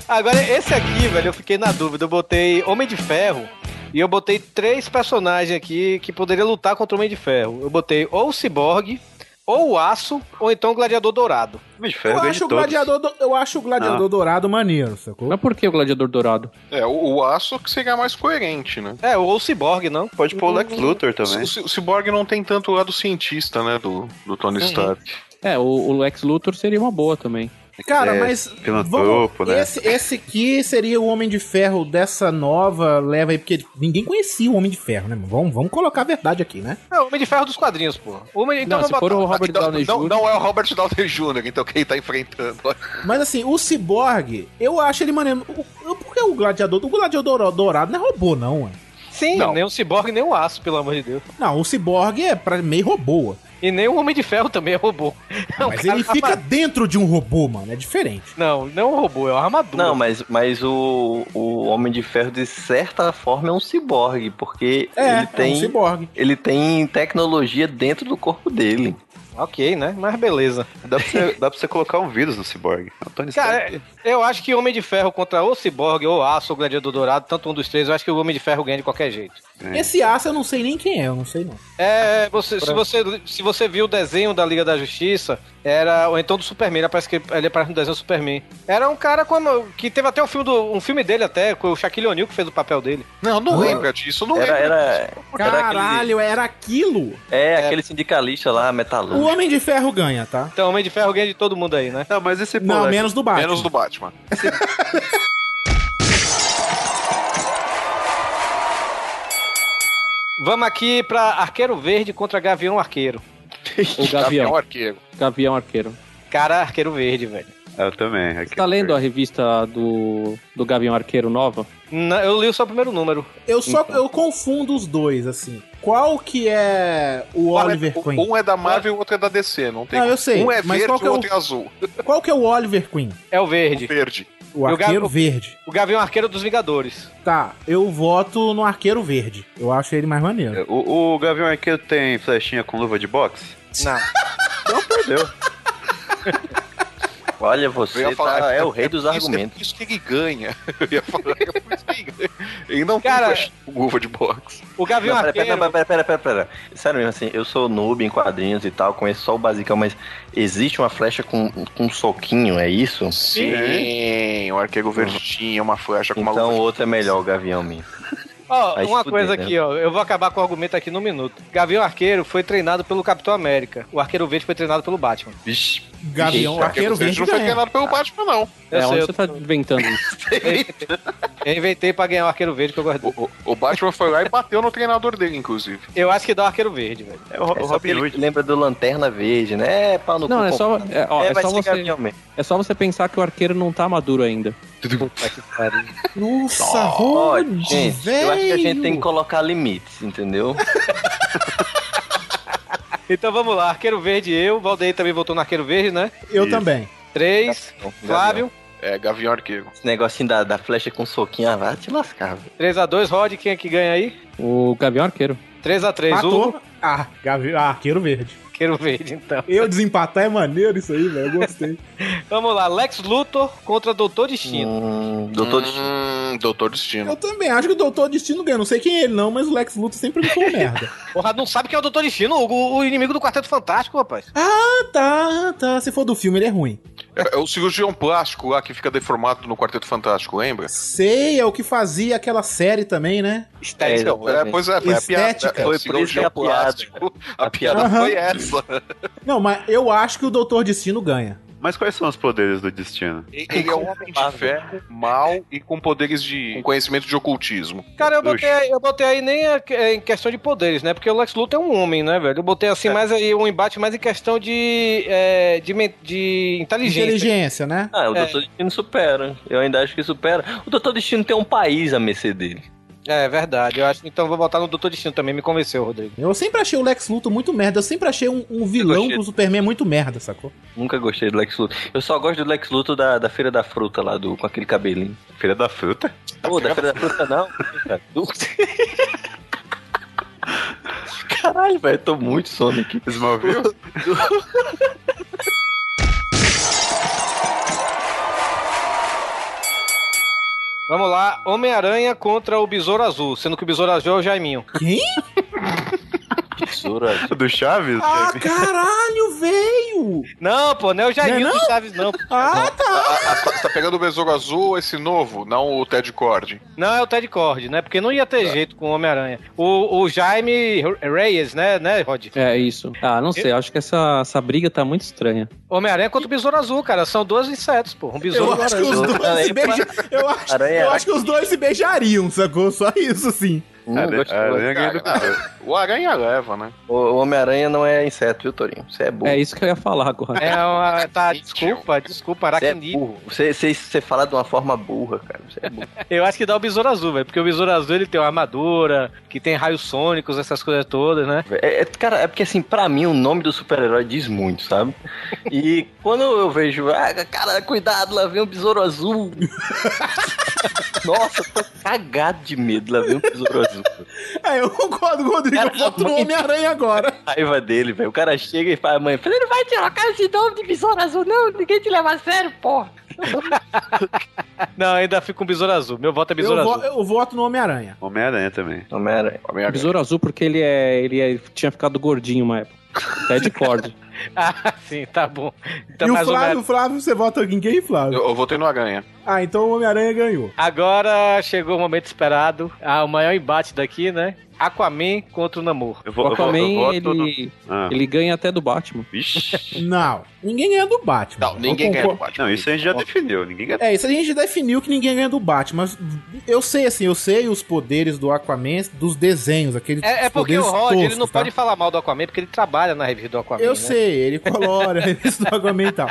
Agora, esse aqui, velho, eu fiquei na dúvida. Eu botei Homem de Ferro e eu botei três personagens aqui que poderiam lutar contra o Homem de Ferro. Eu botei ou o Ciborgue, ou o Aço, ou então o Gladiador Dourado.
Homem de
Eu
Ferro ganha de
acho, o
todos.
gladiador do- eu acho o gladiador dourado maneiro, sacou?
Mas por que o gladiador dourado?
É, o, o aço que seria mais coerente, né?
É, ou o Ciborgue, não?
Pode pôr o Lex Luthor também.
O, Ci- o Cyborg não tem tanto o lado cientista, né? Do, do Tony Stark.
É, o, o Lex Luthor seria uma boa também.
Cara,
É,
mas.
filantropo, né?
esse, esse aqui seria o Homem de Ferro dessa nova leva aí, porque ninguém conhecia o Homem de Ferro, né? mano? Vamos, vamos colocar a verdade aqui, né?
É, o Homem de Ferro dos quadrinhos, pô. O Homem- então
não, se
vamos
for
botar-
o Robert
Não,
Downey
não-
Jr.
não é o Robert Downey Jr., então quem tá enfrentando.
Mas assim, o Cyborg, eu acho ele maneiro. O- o- Por que o gladiador? O gladiador dourado não é robô, não, ué.
Sim,
Não.
nem o Ciborgue, nem o Aço, pelo amor de Deus.
Não, o Cyborg é pra, meio robô. ué.
E nem o Homem de Ferro também é robô. É um
Mas
cara
ele
tá
fica
armado.
dentro de um robô, mano. É diferente.
Não, não é um robô, é uma armadura.
Não, mas, mas o, o Homem de Ferro, de certa forma, é um ciborgue, porque
É,
ele tem.
é um Cyborg.
ele tem tecnologia dentro do corpo dele.
ok, né? Mas beleza.
Dá pra você, dá pra você colocar um vírus no Cyborg. É o Tony
Cara,
Stark.
eu acho que Homem de Ferro contra o Cyborg, ou Aço, ou Gladiador Dourado, tanto um dos três, eu acho que o Homem de Ferro ganha de qualquer jeito.
é.
Esse aço eu não sei nem quem é, eu não sei não.
É, você, se, você, se você viu o desenho da Liga da Justiça, era. Ou então do Superman, ele parece que ele aparece no desenho do Superman. Era um cara com a- que teve até um filme, do, um filme dele, até, com o Shaquille O'Neal que fez o papel dele.
Não,
não
lembra disso, não
era,
lembra
Era,
Caralho, era aquilo?
É, aquele sindicalista lá, metalúrgico.
O Homem de Ferro ganha, tá?
Então, Homem de Ferro ganha de todo mundo aí, né?
Não, mas esse
Não, polêmico- menos do Batman.
Menos do Batman.
Vamos aqui pra Arqueiro Verde contra Gavião Arqueiro.
O
Tá
Gavião.
Arqueiro.
é um
Gavião Arqueiro.
Cara, Arqueiro Verde, velho.
Eu também.
é
Aqui.
Tá lendo a revista do, do Gavião Arqueiro nova?
Não, eu li só o primeiro número.
Eu só
Então.
eu confundo os dois, assim. Qual que é o Oliver Queen?
Um é da Marvel e o outro é da DC, não tem
Não, Ah, eu sei,
Um é
mas qual
verde
que
e
é
o
o-
outro é azul.
Qual que é o Oliver Queen?
É o verde.
Verde.
O
E o
Arqueiro
Gavi-
Verde.
O Gavião Arqueiro dos Vingadores.
Tá, eu voto no Arqueiro Verde. Eu acho ele mais maneiro.
O, o Gavião Arqueiro tem flechinha com luva de boxe?
Não.
Não perdeu.
Olha,
Eu ia
você
falar,
tá- é o
por
rei dos
isso-
argumentos.
É por isso que ele ganha. Eu ia falar, é por isso que ele ganha. Ele não tem
Cara,
flecha com luva de boxe.
O Gavião
Não, pera,
Arqueiro.
pera, pera, pera, pera, pera. Sério mesmo, assim, eu sou noob em quadrinhos e tal, conheço só o basicão, mas existe uma flecha com, com um soquinho, é isso? Uhum.
Sim, o arqueiro verde tinha uma flecha com uma
Então
luva.
o outro é melhor, o Gavião Mim.
Ó,
Vai se
uma
fuder,
coisa
né?
aqui, ó. Eu vou acabar com o argumento aqui num minuto. Gavião Arqueiro foi treinado pelo Capitão América. O Arqueiro Verde foi treinado pelo Batman.
Vixe.
Gavião, um
Vixe,
Arqueiro Verde
não foi
ganha.
treinado pelo Batman, não.
é,
sei,
onde
eu-
você tá inventando isso?
Eu inventei pra ganhar o Arqueiro Verde que eu gosto.
O, o Batman foi lá e bateu no treinador dele, inclusive.
Eu acho que dá o Arqueiro Verde, velho.
É o, o
É só porque
Robin
ele
Hood.
lembra do Lanterna Verde, né? É, pau no
Não,
cu,
é só,
pô.
é, ó, é
vai
só
ser
você,
Gavião Mim.
é só você pensar que o arqueiro não tá maduro ainda.
Nossa,
Ó,
Rod,
gente, eu acho que a gente tem que colocar limites, entendeu?
Então vamos lá, Arqueiro Verde eu, o Valdeir também votou no Arqueiro Verde, né?
Eu também.
Três, Flávio,
É, Gavião Arqueiro.
Tá Esse negocinho da, da flecha com soquinho, ah, vai te lascar, velho.
3x2, Rod, quem é que ganha aí?
O Gavião Arqueiro.
3x3, o
Matou. Ah, Gavi... ah, Arqueiro Verde.
Arqueiro Verde, então.
Eu desempatar é maneiro isso aí, velho. Eu gostei.
Vamos lá, Lex Luthor contra Doutor Destino.
Hum, doutor de
Hum, Doutor Destino.
eu também acho que o Doutor Destino ganha. Não sei quem é ele, não, mas o Lex Luthor sempre me foi um merda.
Porra, não sabe quem é o Doutor Destino, o, o inimigo do Quarteto Fantástico, rapaz.
Ah, tá, tá. Se for do filme, ele é ruim.
É, é o cirurgião plástico lá que fica deformado no Quarteto Fantástico, lembra?
Sei, é o que fazia aquela série também, né?
Estética,
É,
velho.
É, pois é, foi a
Estética.
piada. é,
Foi
o
por
cirurgião
isso que é a piada.
plástico. A piada
Aham.
foi essa.
Não, mas eu acho que o Doutor Destino ganha.
Mas quais são os poderes do destino?
Ele é um homem de ferro, mal e com poderes de. Com conhecimento de ocultismo.
Cara, eu botei, eu botei aí nem a- é, em questão de poderes, né? Porque o Lex Luthor é um homem, né, velho? Eu botei assim mais aí um embate mais em questão de. é, de, men- de inteligência.
Inteligência, né?
Ah, o
É.
Doutor Destino supera. Eu ainda acho que supera. O Doutor Destino tem um país a mercê dele.
É verdade, eu acho. Então eu vou botar no Doutor Destino também, me convenceu, Rodrigo.
Eu sempre achei o Lex Luthor muito merda. Eu sempre achei um, um vilão
gostei.
do Superman muito merda, sacou?
Nunca gostei do Lex Luthor. Eu só gosto do Lex Luthor da, da Feira da Fruta lá, do, com aquele cabelinho.
Filha da fruta?
Pô, da Feira da Fruta não. cara. Do- Caralho, velho, tô muito sono aqui.
Smallville?
Vamos lá, Homem-Aranha contra o Besouro Azul, sendo que o Besouro Azul é o Jaiminho.
Quem?
Tesoura.
Do Chaves?
Ah, caralho, veio!
Não, pô, não é o Jaiminho
Não é
do Chaves, não.
Ah, tá.
Ah, ah, tá, tá pegando o Besouro Azul, esse novo, não o Ted Cord.
Não é o Ted Cord, né? Porque não ia
Tá.
ter jeito com o Homem-Aranha. O, o Jaime Reyes, né, né, Rod?
É isso. Ah, não sei, acho que essa, essa briga tá muito estranha.
Homem-Aranha contra o Besouro Azul, cara. São dois insetos, pô. Um
Eu
besouro e um
acho que
aranha.
os dois se
Aranha.
beijariam. Eu acho,
Aranha.
eu acho que os dois se beijariam, sacou? Só isso, sim.
Não Ah, gosto do-
Hum, ah, Aranha ganha do
Cara, o Aranha leva, né?
O o Homem-Aranha não é inseto, viu, Torinho? Você é burro.
É isso que eu ia falar agora.
É uma, tá, desculpa, desculpa,
Você é
Aracnid.
burro. Você, você, você fala de uma forma burra, cara. Você é burro.
Eu acho que dá o Besouro Azul, velho, porque o Besouro Azul ele tem uma armadura, que tem raios sônicos, essas coisas todas, né?
É, é- cara, é porque assim, pra mim o nome do super-herói diz muito, sabe? E quando eu vejo, ah, cara, cuidado, lá vem um besouro azul. Nossa, eu tô cagado de medo, lá vem um besouro azul.
É, eu concordo com o Rodrigo. virou outro Homem-Aranha agora.
Raiva dele, velho. O cara chega e fala, mãe, você não vai trocar esse nome de visor azul, não? Ninguém te leva a sério, porra.
Não, ainda fico com besouro azul. Meu voto é besouro
Eu, vo-
azul.
eu voto no Homem-Aranha.
Homem-Aranha também.
Homem-Aranha.
Besouro azul porque ele é. Ele é- tinha ficado gordinho uma época. Até de corda.
Ah, sim, tá bom. Então,
e o
mais ou
Flávio,
menos.
Flávio, você vota em quem, Flávio?
Eu votei no Aranha.
Ah, então o Homem-Aranha ganhou.
Agora chegou o momento esperado. Ah, o maior embate daqui, né? Aquaman contra o Namor.
O Aquaman, ele,
Ah.
ele ganha até do Batman.
Não, ninguém ganha do Batman.
Não, ninguém
Eu
ganha do
concordo-
Batman.
Não,
é
isso a gente já definiu. Ninguém ganha.
É, isso a gente já definiu que ninguém ganha do Batman. Mas eu sei, assim, eu sei os poderes do Aquaman dos desenhos, aqueles
É, é porque
poderes
o Rod, ele não
toscos, tá?
pode falar mal do Aquaman, porque ele trabalha na revista do Aquaman.
Eu
né?
sei, ele colora, ele do Aquaman e tal.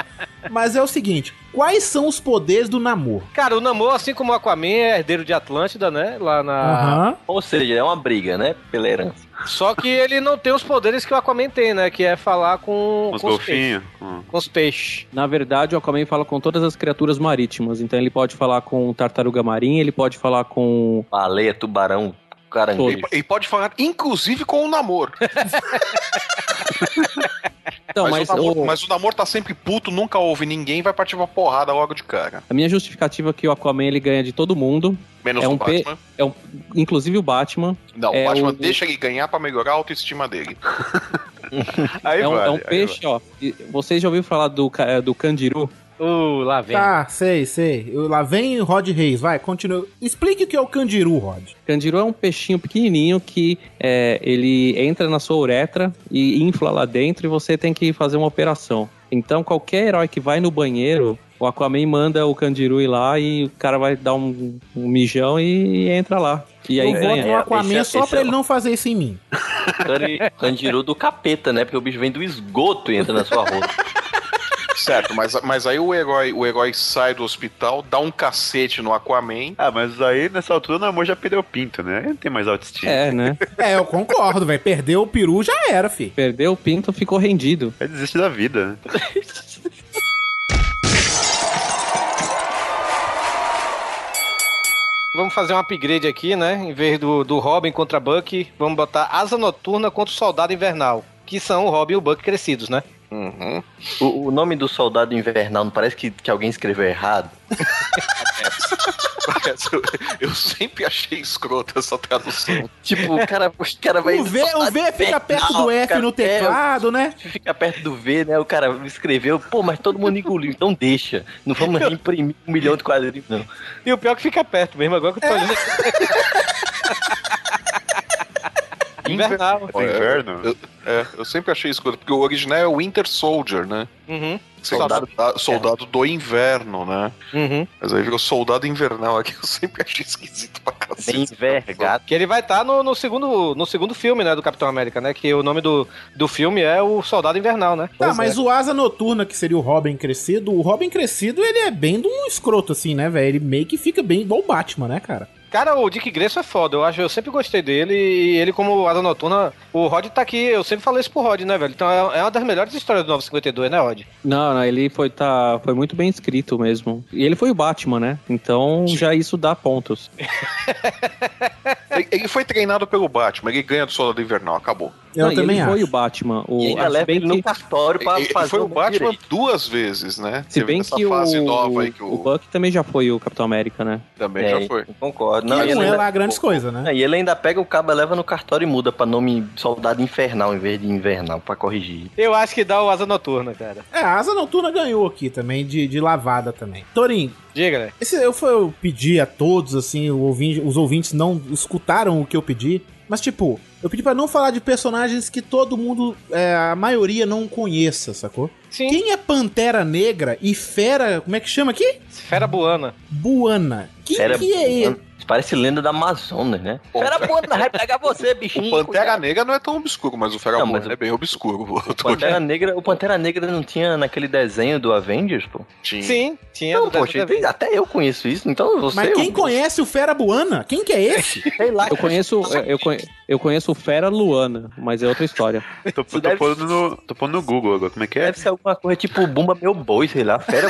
Mas é o seguinte, quais são os poderes do Namor?
Cara, o Namor, assim como o Aquaman, é herdeiro de Atlântida, né? Lá na.
Aham.
Ou seja, é uma briga, né? Pela herança.
Só que ele não tem os poderes que o Aquaman tem, né? Que é falar com.
os
peixes.
golfinhos.
Com os peixes.
Na verdade, o Aquaman fala com todas as criaturas marítimas. Então ele pode falar com tartaruga marinha, ele pode falar com.
Baleia, tubarão,
E, e pode falar, inclusive, com o namoro.
Então,
mas,
mas,
o namoro,
o-
mas o namoro tá sempre puto, nunca ouve ninguém, vai partir uma porrada logo de cara.
a minha justificativa é que o Aquaman ele ganha de todo mundo.
Menos
é
do
um pe-
Batman.
é um... Inclusive o Batman.
Não,
é
o Batman
um-
deixa ele ganhar pra melhorar a autoestima dele.
é um, é um
vale, aí
peixe, ó. E Vocês já ouviram falar do, ca- eh, do candiru?
Uh, lá vem.
Tá, sei, sei. Eu- Lá vem Rod Reis, vai, continua. Explique o que é o Candiru, Rod.
Candiru é um peixinho pequenininho que eh, ele entra na sua uretra e infla lá dentro e você tem que fazer uma operação. Então qualquer herói que vai no banheiro, o Aquaman manda o Candiru ir lá e o cara vai dar um, um mijão e, entra lá. E aí
eu voto
ganha.
no Aquaman
esse é-
só
esse
pra
é
ele
o-
não fazer isso em mim.
Candi- Candiru do capeta, né? Porque o bicho vem do esgoto e entra na sua roupa.
Certo, mas, mas aí o herói, o herói sai do hospital, dá um cacete no Aquaman.
Ah, mas aí nessa altura o namoro já perdeu o pinto, né? Aí não tem mais autoestima.
É, né?
É, eu concordo, velho. Perdeu o peru, já era, fi.
Perdeu o pinto, ficou rendido.
É desiste da vida, né?
Vamos fazer um upgrade aqui, né? Em vez do, do Robin contra Buck, vamos botar Asa Noturna contra o Soldado Invernal. Que são o Robin e o Buck crescidos, né?
Uhum.
O, o nome do soldado invernal não parece que, que alguém escreveu errado?
Parece- Eu sempre achei escrota essa tradução.
Tipo, o cara, o cara vai. tá
O V, o V fica perto do F no
é,
teclado, né?
É, Fica perto do V, né? O cara escreveu, pô, mas todo mundo engoliu, então deixa. Não vamos imprimir um milhão de quadrinhos, não.
E o pior é que fica perto mesmo, agora que eu tô olhando. aqui. Invernal.
É,
Inverno?
Eu, é, eu sempre achei escroto, porque o original é o Winter Soldier, né?
Uhum.
Soldado, ah, soldado do inverno, né?
Uhum.
Mas aí virou soldado invernal aqui, eu sempre achei esquisito pra
Bem
cacete.
envergado.
Que ele vai estar no, no segundo, no segundo filme, né, do Capitão América, né? Que o nome do, do filme é o Soldado Invernal, né?
Tá, mas o Asa Noturna, que seria o Robin crescido, o Robin crescido, ele é bem de um escroto, assim, né, velho? Ele meio que fica bem igual o Batman, né, cara?
Cara, o Dick Grayson é foda, eu acho, eu sempre gostei dele e ele como Asa Noturna, o Rod tá aqui, eu sempre falei isso pro Rod, né, velho? Então é, é uma das melhores histórias do 952, né, Rod?
Não, não, ele foi, tá, foi muito bem escrito mesmo. E ele foi o Batman, né? Então já isso dá pontos.
Ele- Ele foi treinado pelo Batman, ele ganha do soldado invernal, acabou.
Eu
Não, e
também
ele foi
acho.
o Batman. O,
E ainda
se
leva
bem
ele no
que-
cartório pra
Ele
fazer
foi o
meu
Batman
direito.
duas vezes, né?
Se bem
essa
que o,
fase nova aí que
o
o,
Buck também já foi o Capitão América, né?
também
É,
já foi.
Concordo. Não,
Que
e
não
ele
é
ainda-
lá grandes coisas, né?
Ah, E ele ainda pega o cabo, leva no cartório e muda pra nome soldado infernal em vez de invernal, pra corrigir.
Eu acho que dá o Asa Noturna, cara.
É, a Asa Noturna ganhou aqui também, de, de lavada também. Torin,
Diga, né?
esse, eu, foi, eu pedi a todos, assim, o ouvinte- os ouvintes não escutaram o que eu pedi, mas tipo, eu pedi pra não falar de personagens que todo mundo, é, a maioria não conheça, sacou?
Sim.
Quem é Pantera Negra e Fera, como é que chama aqui?
Fera Buana.
Buana. Quem
Fera
que é ele?
Buana. Parece lenda da Amazonas, né?
Pô,
Fera Buana vai pegar você,
O
bichinho.
Pantera Negra não é tão obscuro, mas o Fera
Não, mas
Buana é bem obscuro.
O
É.
Pantera Negra, o Pantera Negra não tinha naquele desenho do Avengers, pô?
Sim.
Sim, tinha
Não,
do
poxa,
Deadpool.
tem- até eu conheço isso, então você...
Mas quem
eu,
conhece o Fera Buana? Quem que é esse?
Sei lá,
Eu conheço, eu, conhe- eu conheço o Fera Luana, mas é outra história.
Tô, tô,
deve-
pondo no, tô pondo no Google agora. Como é que é?
deve ser alguma coisa tipo Bumba Meu Boi, sei lá, Fera...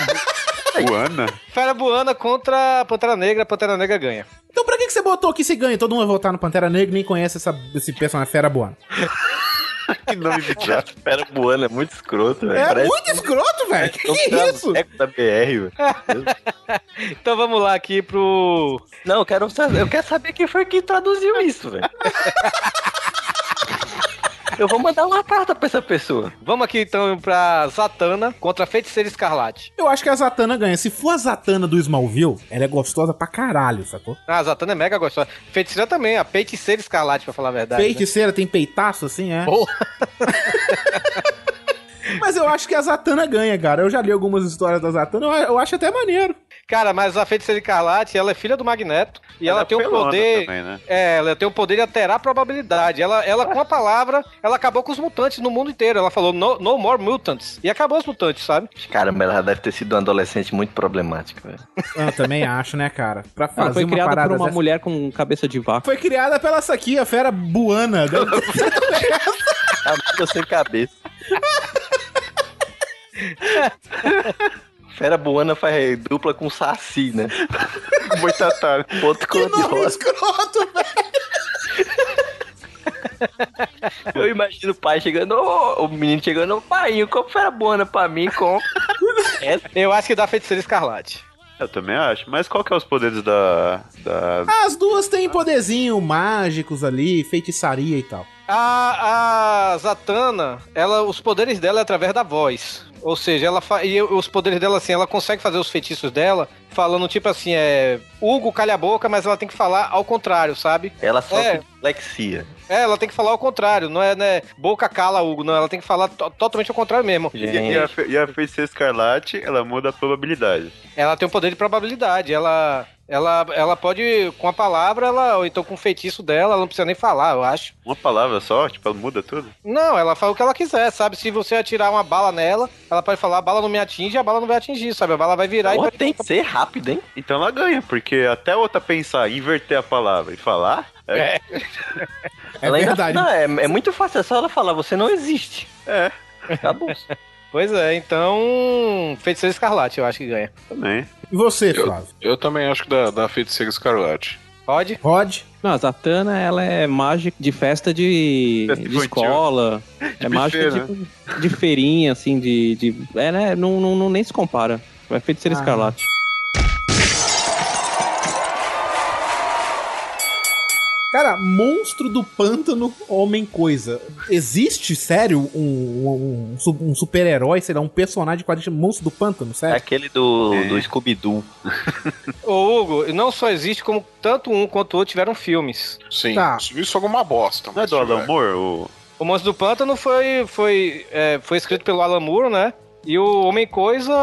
Guana?
Fera Buana contra Pantera Negra, Pantera Negra ganha.
Então pra que, que você botou que se ganha, todo mundo vai votar no Pantera Negra e nem conhece essa, esse personagem Fera Buana.
que nome bizarro.
Ah,
Pera, Buana, é muito escroto, velho.
É
Parece-
muito escroto, velho. Que,
tá
que é
Parece
isso?
um boneco da BR, velho.
Então vamos lá aqui pro. Não, eu quero saber, eu quero saber quem foi que traduziu isso, velho. Eu vou mandar uma carta pra essa pessoa.
Vamos aqui então pra Zatanna contra a Feiticeira Escarlate.
Eu acho que a Zatanna ganha. Se for a Zatanna do Smallville, ela é gostosa pra caralho, sacou?
Ah, a Zatanna é mega gostosa. Feiticeira também, a Feiticeira Escarlate, pra falar a verdade. né?
Feiticeira tem peitaço assim, é?
Porra.
Mas eu acho que a Zatanna ganha, cara. Eu já li algumas histórias da Zatanna, eu- eu acho até maneiro.
Cara, mas a Feiticeira Escarlate, ela é filha do Magneto e ela,
Ela é
tem o
pelona
poder.
também, né?
É, ela tem o poder de alterar a probabilidade. Ela, ela com a palavra, ela acabou com os mutantes no mundo inteiro. Ela falou no, no more mutants e acabou os mutantes, sabe?
Caramba, ela deve ter sido uma adolescente muito problemática, velho.
Eu também acho, né, cara? Pra fazer
Ela foi
uma
criada
parada né?
por uma
dessa-
mulher com cabeça de vaca.
Foi criada pela essa aqui, a fera buana. né?
Eu sem cabeça. Fera Buana faz dupla com Saci, né? Boitatá. Ponto cor de rosa.
escroto,
Eu imagino o pai chegando, ô, o menino chegando, ô pai, como Fera Buana pra mim, com.
É, Eu acho que dá Feiticeira Escarlate.
Eu também acho. Mas qual que é os poderes da... da...
As duas têm poderzinho mágicos ali, feitiçaria e tal.
A, a Zatanna, ela, os poderes dela é através da voz. Ou seja, ela fa- e eu- os poderes dela assim, ela consegue fazer os feitiços dela falando tipo assim, é Hugo calha a boca, mas ela tem que falar ao contrário, sabe?
Ela só
é,
com dislexia.
é, ela tem que falar ao contrário, não é né, boca cala Hugo, não, ela tem que falar to- totalmente ao contrário mesmo.
E,
é
e a, fe- e a feiticeira escarlate, ela muda a probabilidade.
Ela tem o poder de probabilidade, ela ela, ela pode, com a palavra, ela, ou então com o feitiço dela, ela não precisa nem falar, eu acho.
Uma palavra só, tipo, ela muda tudo.
Não, ela fala o que ela quiser, sabe? Se você atirar uma bala nela, ela pode falar, a bala não me atinge, a bala não vai atingir, sabe? A bala vai virar e vai...
tem que ser rápido, hein?
Então ela ganha, porque até a outra pensar, inverter a palavra e falar... É.
ela ainda-
verdade.
Não, é, é muito fácil, é só ela falar, você não existe.
É.
Acabou.
Pois é, então. Feiticeiro Escarlate, eu acho que ganha.
Também.
E você,
Flávio?
Eu também acho que da, da Feiticeira Escarlate.
Pode?
Pode.
Não, a Zatanna, ela é mágica de festa de,
Festa
de
infantil.
escola. é
buffet,
mágica tipo,
né?
de, de feirinha, assim, de... de é, né? Não, não, não- nem se compara. É Vai feiticeira
Ah.
escarlate.
Cara, monstro do pântano, homem coisa. Existe, sério, um, um- um su- um super-herói, sei lá, um personagem quadrinho chamado monstro do pântano,
É
sério?
aquele do, do Scooby-Doo.
Ô, Hugo, não só existe, como tanto um quanto o outro tiveram filmes.
Sim.
Tá.
Isso é alguma bosta.
Não é do Alan Moore? O...
O Monstro do Pântano foi, foi, é, foi escrito pelo Alan Moore, né? E o Homem Coisa.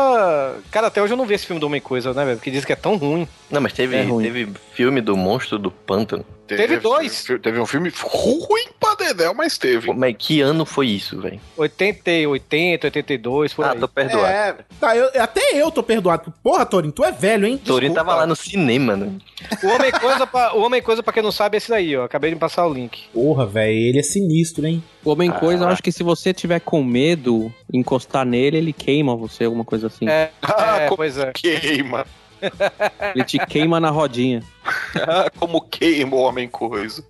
Cara, até hoje eu não vi esse filme do Homem Coisa, né, velho? Porque diz que é tão ruim.
Não, mas
É
teve, teve filme do Monstro do Pântano.
Teve dois.
Teve, um filme ruim pra Dedéu, mas teve.
Mas que ano foi isso, velho?
80, 80, 82, por ah,
É,
aí. Ah, tô
perdoado.
Tá, eu- até eu tô perdoado. Porra, Torin, tu é velho, hein?
Torinho tava lá no cinema, né?
O Homem Coisa, pra, o Homem Coisa, pra quem não sabe, é esse daí, ó. Acabei de passar o link.
Porra, velho, ele é sinistro, hein?
O Homem Coisa, eu
Ah.
acho que se você tiver com medo, encostar nele, ele queima você, alguma coisa assim.
É, é, pois é.
Ah, Queima.
Ele te queima na rodinha.
Ah, como queima o homem coisa.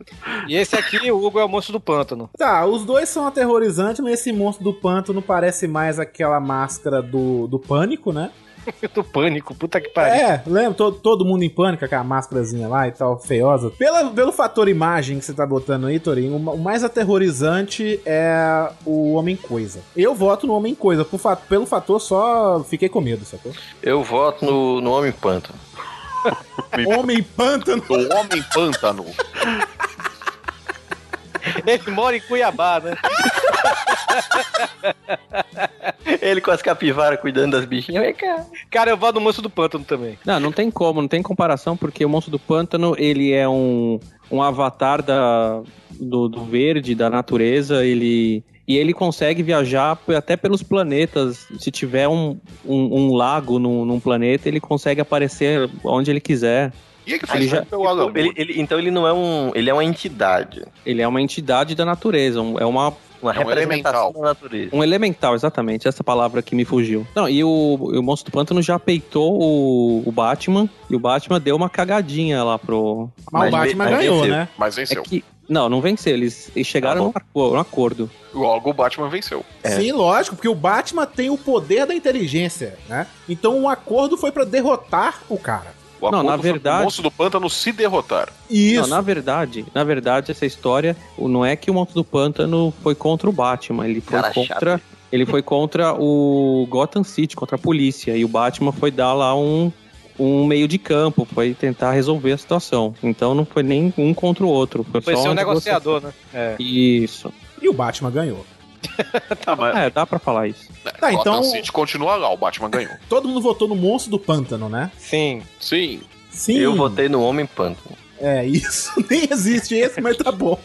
E esse aqui, o Hugo, é o Monstro do Pântano.
Tá, os dois são aterrorizantes, mas esse monstro do pântano parece mais aquela máscara do, do pânico, né?
do pânico, puta que pariu.
É, lembra? Todo, todo mundo em pânico, com aquela máscarazinha lá e tal, feiosa. Pela, pelo fator imagem que você tá botando aí, Torinho, o, ma- o mais aterrorizante é o Homem-Coisa. Eu voto no Homem-Coisa, por fa- pelo fator só fiquei com medo, sacou?
Eu voto no, no Homem Pântano.
Homem-Pântano.
O Homem Pântano.
Ele mora em Cuiabá, né?
Ele com as capivaras cuidando das bichinhas. Vem cá.
Cara, eu voto no Monstro do Pântano também.
Não, não tem como, não tem comparação, porque o Monstro do Pântano, ele é um, um avatar da, do, do verde, da natureza, ele... E ele consegue viajar p- até pelos planetas. Se tiver um, um, um lago num, num planeta, ele consegue aparecer onde ele quiser.
E aí que
Ah,
faz parte do Alan
ele-
Moore.
ele- então ele não é um. Ele é uma entidade.
Ele é uma entidade da natureza, um- é uma.
Uma
é um
representação
elemental.
da natureza.
Um elemental, exatamente, essa palavra que me fugiu. Não, e o, e o Monstro do Pântano já peitou o, o Batman, e o Batman deu uma cagadinha lá pro.
Mas o Mas Batman ve- mas ganhou, venceu. né?
Mas venceu.
É que- não, não venceu, eles eles chegaram num, ac- num acordo.
Logo o Batman venceu.
Sim, lógico, porque o Batman tem o poder da inteligência, né? Então o acordo foi pra derrotar o cara.
O
Não,
acordo
na
foi pro
verdade-
monstro do pântano se derrotar.
Isso.
Não, na verdade, na verdade, essa história o- não é que o Monstro do Pântano foi contra o Batman, ele foi
Cara chato.
contra. Ele foi contra o Gotham City, contra a polícia. E o Batman foi dar lá um, um meio de campo, foi tentar resolver a situação. Então não foi nem um contra o outro. Foi,
Foi
só
ser um
uma
negociador, né?
negociação. Isso.
E o Batman ganhou.
Ah,
É, dá pra falar isso.
Tá,
Gotham
então-
City continua lá, o Batman ganhou.
Todo mundo votou no monstro do pântano, né?
Sim.
Sim.
Sim.
Eu votei no Homem Pântano.
É, isso nem existe esse, mas tá bom.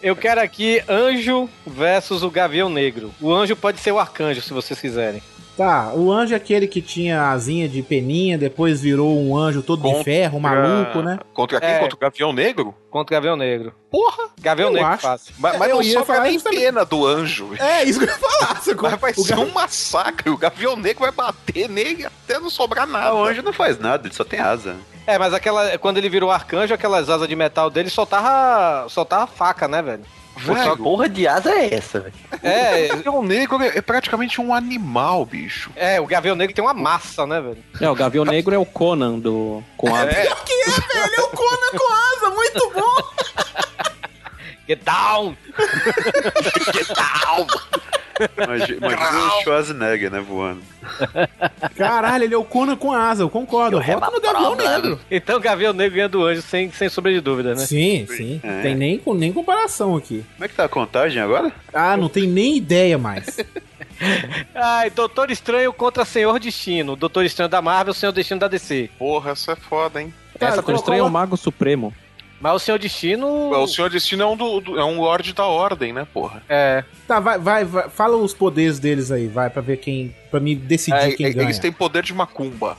Eu quero aqui anjo versus o gavião negro. O anjo pode ser o arcanjo, se vocês quiserem.
Tá, o anjo é aquele que tinha asinha de peninha, depois virou um anjo todo de ferro, maluco, né?
Contra quem?
É.
Contra o Gavião Negro?
Contra o gavião negro. Porra! Gavião
Eu
negro
acho.
fácil.
Mas, mas
É, Eu
não
ia
sobra
falar
nem
justamente-
pena do anjo.
É, isso que eu ia falar. sacou?
Mas vai
O
ser
Gavi-
um massacre. O Gavião Negro vai bater nele até não sobrar nada.
O anjo não faz nada, ele só tem asa.
É, mas aquela, quando ele virou arcanjo, aquelas asas de metal dele soltava, soltava faca, né, velho?
Que porra de asa é essa, velho?
É,
O Gavião Negro é praticamente um animal, bicho.
é, o gavião negro tem uma massa, né, velho?
É, o Gavião Negro é o Conan do com a
É.
que é, velho? É o Conan com asa, muito bom!
Get down!
Imagina, imagina o Schwarzenegger, né, voando.
Caralho, ele é o Conan com asa, eu concordo. Vota no Gavião Negro.
Então o gavião negro ganha do anjo, sem, sem sombra de dúvida, né?
Sim, sim.
É.
Tem nem, com- nem comparação aqui.
Como é que tá a contagem agora?
Ah, não tem nem ideia mais.
Ai, Doutor Estranho contra Senhor Destino. Doutor Estranho da Marvel, Senhor Destino da DC.
Porra, essa é foda, hein?
Essa coisa estranha é o Mago Supremo.
Mas o Senhor Destino.
O Senhor Destino é um, do, do- é um Lorde da Ordem, né, porra?
É.
Tá, vai, vai, vai, fala os poderes deles aí, vai, pra ver quem. pra me decidir
É,
quem
é,
ganha.
eles têm poder de macumba.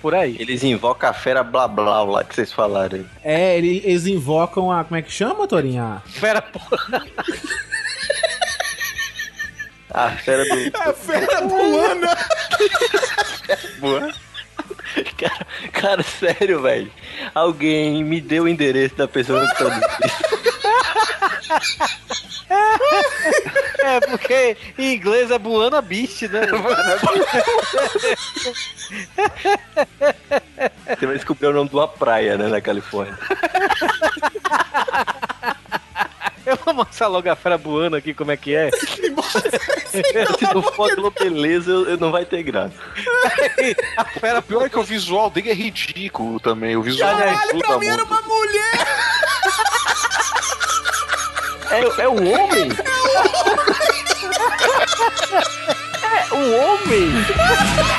Por aí.
Eles invocam a fera blá blá lá que vocês falaram. aí.
É, ele- eles invocam a. Como é que chama, Torinha?
Fera, porra.
A fera do.
A fera buana!
é?
Cara, cara, sério, velho. Alguém me deu o endereço da pessoa que tá no-
É, porque em inglês é Buana Beast, né?
Você vai descobrir o nome de uma praia, né, na Califórnia.
Eu vou mostrar logo a Fera Buana aqui, como é que é.
Se não for de uma beleza, eu, eu não vai ter graça.
A Fera
Pior que o visual dele é ridículo também. O visual
Caralho,
ajuda
pra mim era
muito.
uma mulher!
É, é um homem? É um homem?